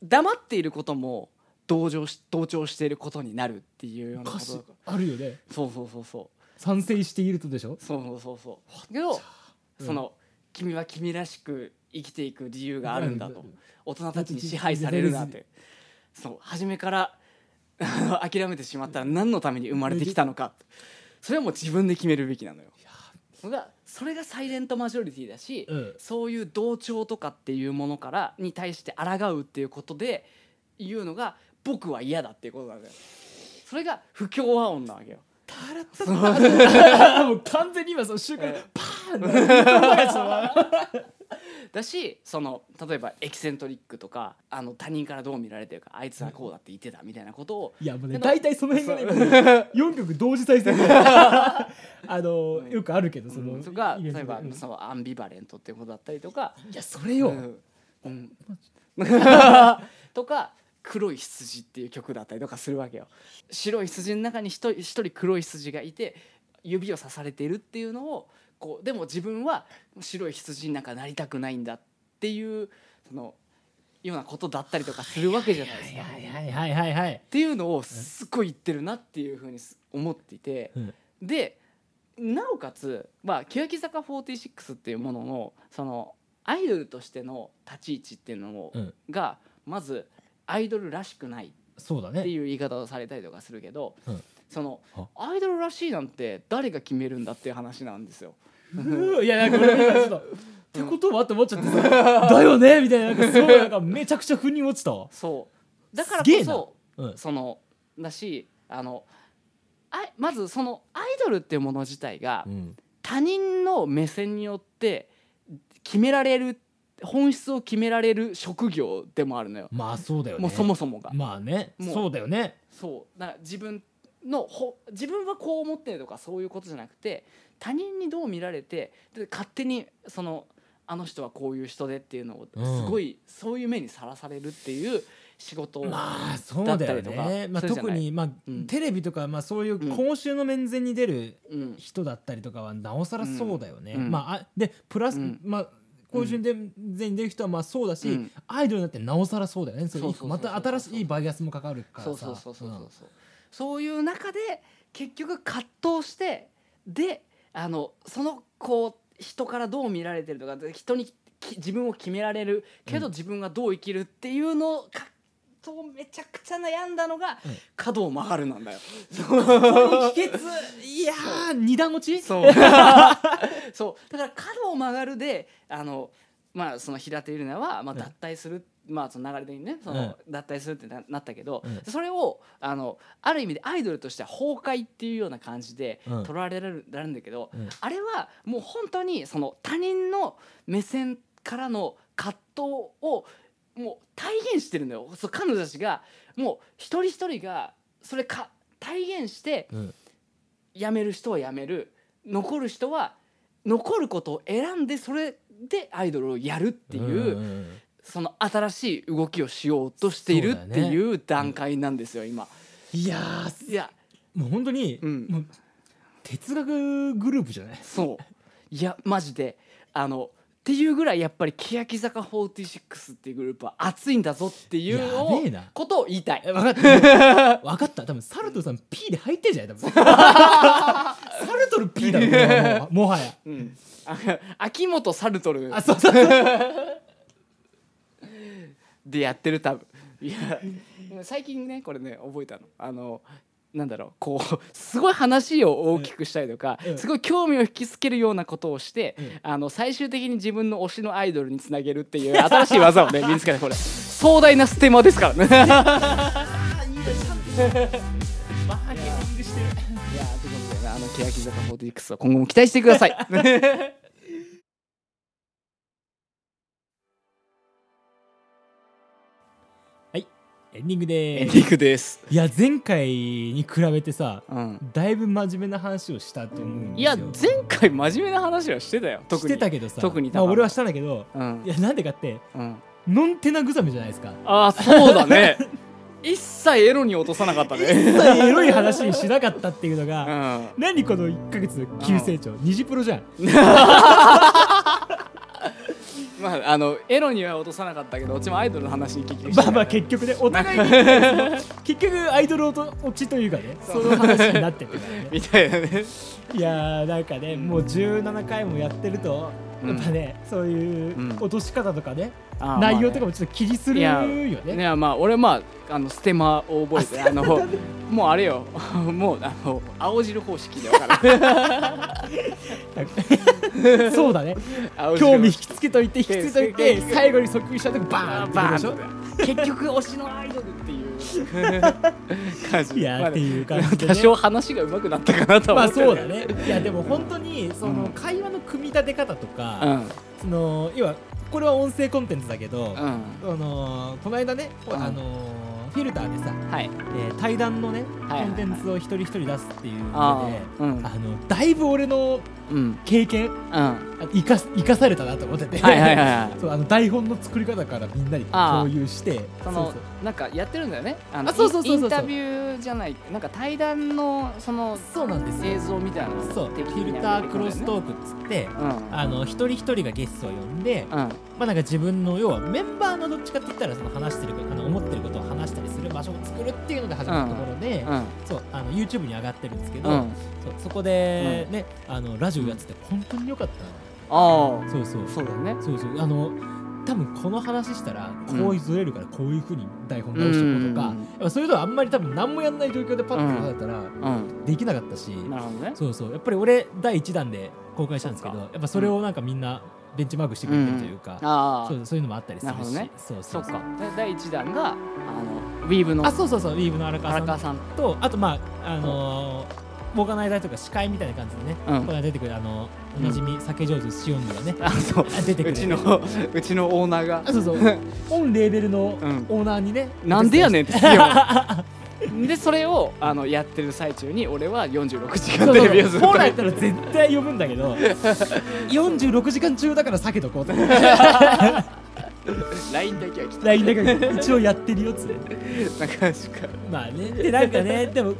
黙っていることも同情し同調していることになるっていうようなこ歌とだ詞かあるよねらそうそうそうそう賛成しているとでしょそうそうそうそうけどうんその君は君らしく生きていく理由があるんだうとん大人たちに支配されるなってそう初めから 諦めてしまったら何のために生まれてきたのかそれはもう自分で決めるべきなのよそれがそれがサイレントマジョリティだし、うんそういう同調とかっていうものからに対して抗うっていうことで言うのが僕は嫌だっていうことなんだよそれが不協和音なわけよ もう完全に今その瞬間えパーンってだしその例えばエキセントリックとかあの他人からどう見られてるかあいつはこうだって言ってたみたいなことをいやもうでねも大体その辺がそねう4曲同時再生 あのうんよくあるけどそうんのとかイベ例ントでえばうんそのアンビバレントっていうことだったりとかいやそれようん とか「黒い羊」っていう曲だったりとかするわけよ。白い羊の中に一人一人黒い羊がいて指を刺されているっていうのをこうでも自分は白い羊になんかなりたくないんだっていうそのようなことだったりとかするわけじゃないですか。はいっはいはいはいはいていうのをすっごい言ってるなっていうふうにす思っていて。うんでなおかつ、まあ、欅坂46っていうもののそのアイドルとしての立ち位置っていうのを、うんがまずアイドルらしくないっそうだてねいう言い方をされたりとかするけど、うんそのあアイドルらしいなんて誰が決めるんだっていう話なんですよ。うんいやなんか俺も今ちょっ とってことはって思っちゃってさだよねみたいななんかすごいなんかめちゃくちゃ腑に落ちたわそうだからすげえこなそうんそのだしあのあいまずそのアイドルっていうもの自体が、うん他人の目線によって決められる本質を決められる職業でもあるのよまあそうだよねもうそもそもが、まあねもうそうだよねそうだから自分のほ自分はこう思ってるとかそういうことじゃなくて他人にどう見られてで勝手にそのあの人はこういう人でっていうのをうんすごい、そういう目にさらされるっていう仕事を、まあそうだよだったねりとかまあするじゃない特にまあうんテレビとかまあそういううん公衆の面前に出るうん人だったりとかはなおさらそうだよね、うんまああでプラス、うんまあ公衆で全員出る人はまあそうだし、うんアイドルになってなおさらそうだよねそれそうそうそうまた新しいバイアスもかかるからさそうそうそうそうそうそう、そういう中で結局葛藤してであのそのこう人からどう見られてるとかで人にき自分を決められるけうど自分がどう生きるっていうのを葛藤めちゃくちゃ悩んだのがうん角を曲がるなん だよ。うん秘訣いやー二段落ちそう そうだから角を曲がるであのまあその平手友梨奈はまあうん脱退する、まあその流れ的にねその脱退するってななったけど、うんそれをあのある意味でアイドルとしては崩壊っていうような感じでうん取られる,、られるんだけど、うんあれはもう本当にその他人の目線からの葛藤をもう体現してるんだよそう彼女たちがもう一人一人がそれか体現してうん辞める人は辞める残る人は残ることを選んでそれでアイドルをやるっていう、んんんその新しい動きをしようとしているそうっだてよねいう段階なんですよ今。いやーすいやもう本当に、うんもう哲学グループじゃないそういやマジであのっていうぐらいやっぱり欅坂46っていうグループは熱いんだぞっていうのやをべえなことを言いたい。分かった分かった多分サルトルさん P で入ってんじゃない 多分サルトル P だろこれはもうもはやうん、あ 秋元サルトルあそうそうそうでやってる多分 いや最近ねこれね覚えたのあのなんだろうこうすごい話を大きくしたりとか、うんすごい興味を引きつけるようなことをして、うんあの最終的に自分の推しのアイドルにつなげるっていう新しい技 をね身につけたこれ壮大なステマですからねいやということでねあの欅坂46を今後も期待してく ださいエンディングエでンーデすィングです、いや前回に比べてさうん、だいぶ真面目な話をしたと思うんですいよや前回真面目な話はしてたよ特しにてたけどさ特にまあ、俺はしたんだけどうんいやなんでかってうんノンテナグザメじゃないですかああそうだね 一切エロに落とさなかったね一切エロい話にしなかったっていうのうが、ん何この1ヶ月急成長二次プロじゃんまああのエロには落とさなかったけどうちもアイドルの話に聞きましまあたまあ結局ねお互いにその結局アイドル落と落ちというかねその話になってるからねみたいなねいやーなんかねもう17回もやってるとうやんっぱね、そういううん落とし方とかね、あー内容とかまもちょっと気にするいよやねあねねまあ俺まああのステマを覚えてあのもうあれよ もうあの青汁方式だから そうだね青汁興味引きつけといて引きつけといて結局最後に即位したとこバーあンっーてことバでしょーンって結局推しのアイドルっていう感じいやーまあっていう感じでね多少話が上手くなったかなとはまあ思ってそうだ ねいやでも本当にそうのん会話の組み立て方とうか、んその要はこれは音声コンテンツだけど、あうんのこの間ね、うんあのフィルターでさ、はいえー対談のねはいコンテンツを一人一人出すっていうあので、あうんあのだいぶ俺のうん経験うんあ生かす生かされたなと思ってて、はいはいはいはい そうあの台本の作り方からみんなにああ共有してそのううなんかやってるんだよねあのあそうそうそうそうそうインインタビューじゃないなんか対談のそのそうなんですよ映像みたいなのをそうフ定期的にィルやタっーていクくんだよねロストークっつって、うんあの一人一人がゲストを呼んで、まうんあなんか自分の要はメンバーのどっちかって言ったらその話してることあの思ってることを話したりする場所を作るっていうので始まったところで、うんそうあの YouTube に上がってるんですけど、うんあそうそこでね、あのラジオやってて本当に良かったあなそうそうそうだよねそうそうあの多分この話したらうんこうずれるからこういうふうに台本直しておこうとか、うんやっぱそういうのはあんまり多分何もやんない状況でパッとだったらうんできなかったし、なるほどねそうそうやっぱり俺第1弾で公開したんですけどそやっっぱそれをなんかみんなベンチマークしてくれてるというか、あそあうそういうのもあったりするなるほしどねそうそそうっそうかで第一弾があのウィーブのあそうそうそうウィーブの荒荒川さ川んさんとあとまああのー僕の間とか司会みたいな感じでね、うんこの間出てくるあのおうんなじみ酒上手シオンヌがね、あそうあ出てくるうちのうちのオーナーがあそうそうオンレーベルのうんオーナーにね、なんでやねんって言うよ でそれをあのやってる最中に俺は46時そ間うそテうレビをすると本来だったら絶対呼ぶんだけ ど46時間中だから避けとこうと LINE だけは来 LINE だけど一応やってるよっつってたなんかしかまあねでなんかね でも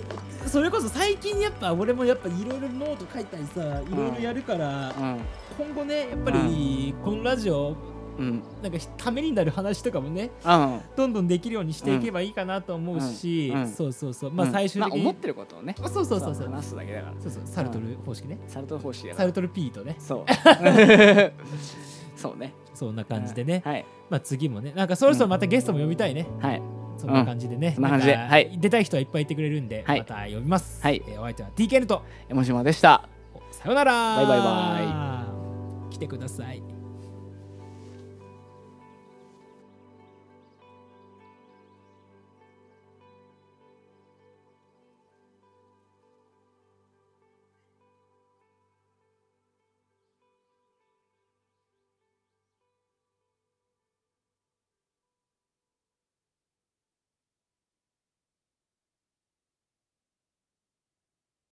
それこそ最近やっぱ俺もやっぱいろいろノート書いたりさいろいろやるから、うん今後ねやっぱりこのラジオうんなんかためになる話とかもねあどんどんできるようにしていけばいいかなと思うし、うんうんそうそうそうまあ最終的に、まあ、思ってることをねあそうそうそうそう話すだけだからそうそうサルトル方式ね、サルトル方式だかサらルトル P とねそう そう ねそんな感じでね、はいまあ次もねなんかそろそろまたゲストも呼びたいね、はいそんな感じでね、そんな感じでんかはい出たい人はいっぱいいてくれるんで、はいまた呼びます、はいえーお相手は TKN と江モ島でしたさよならバイバイバイ来てください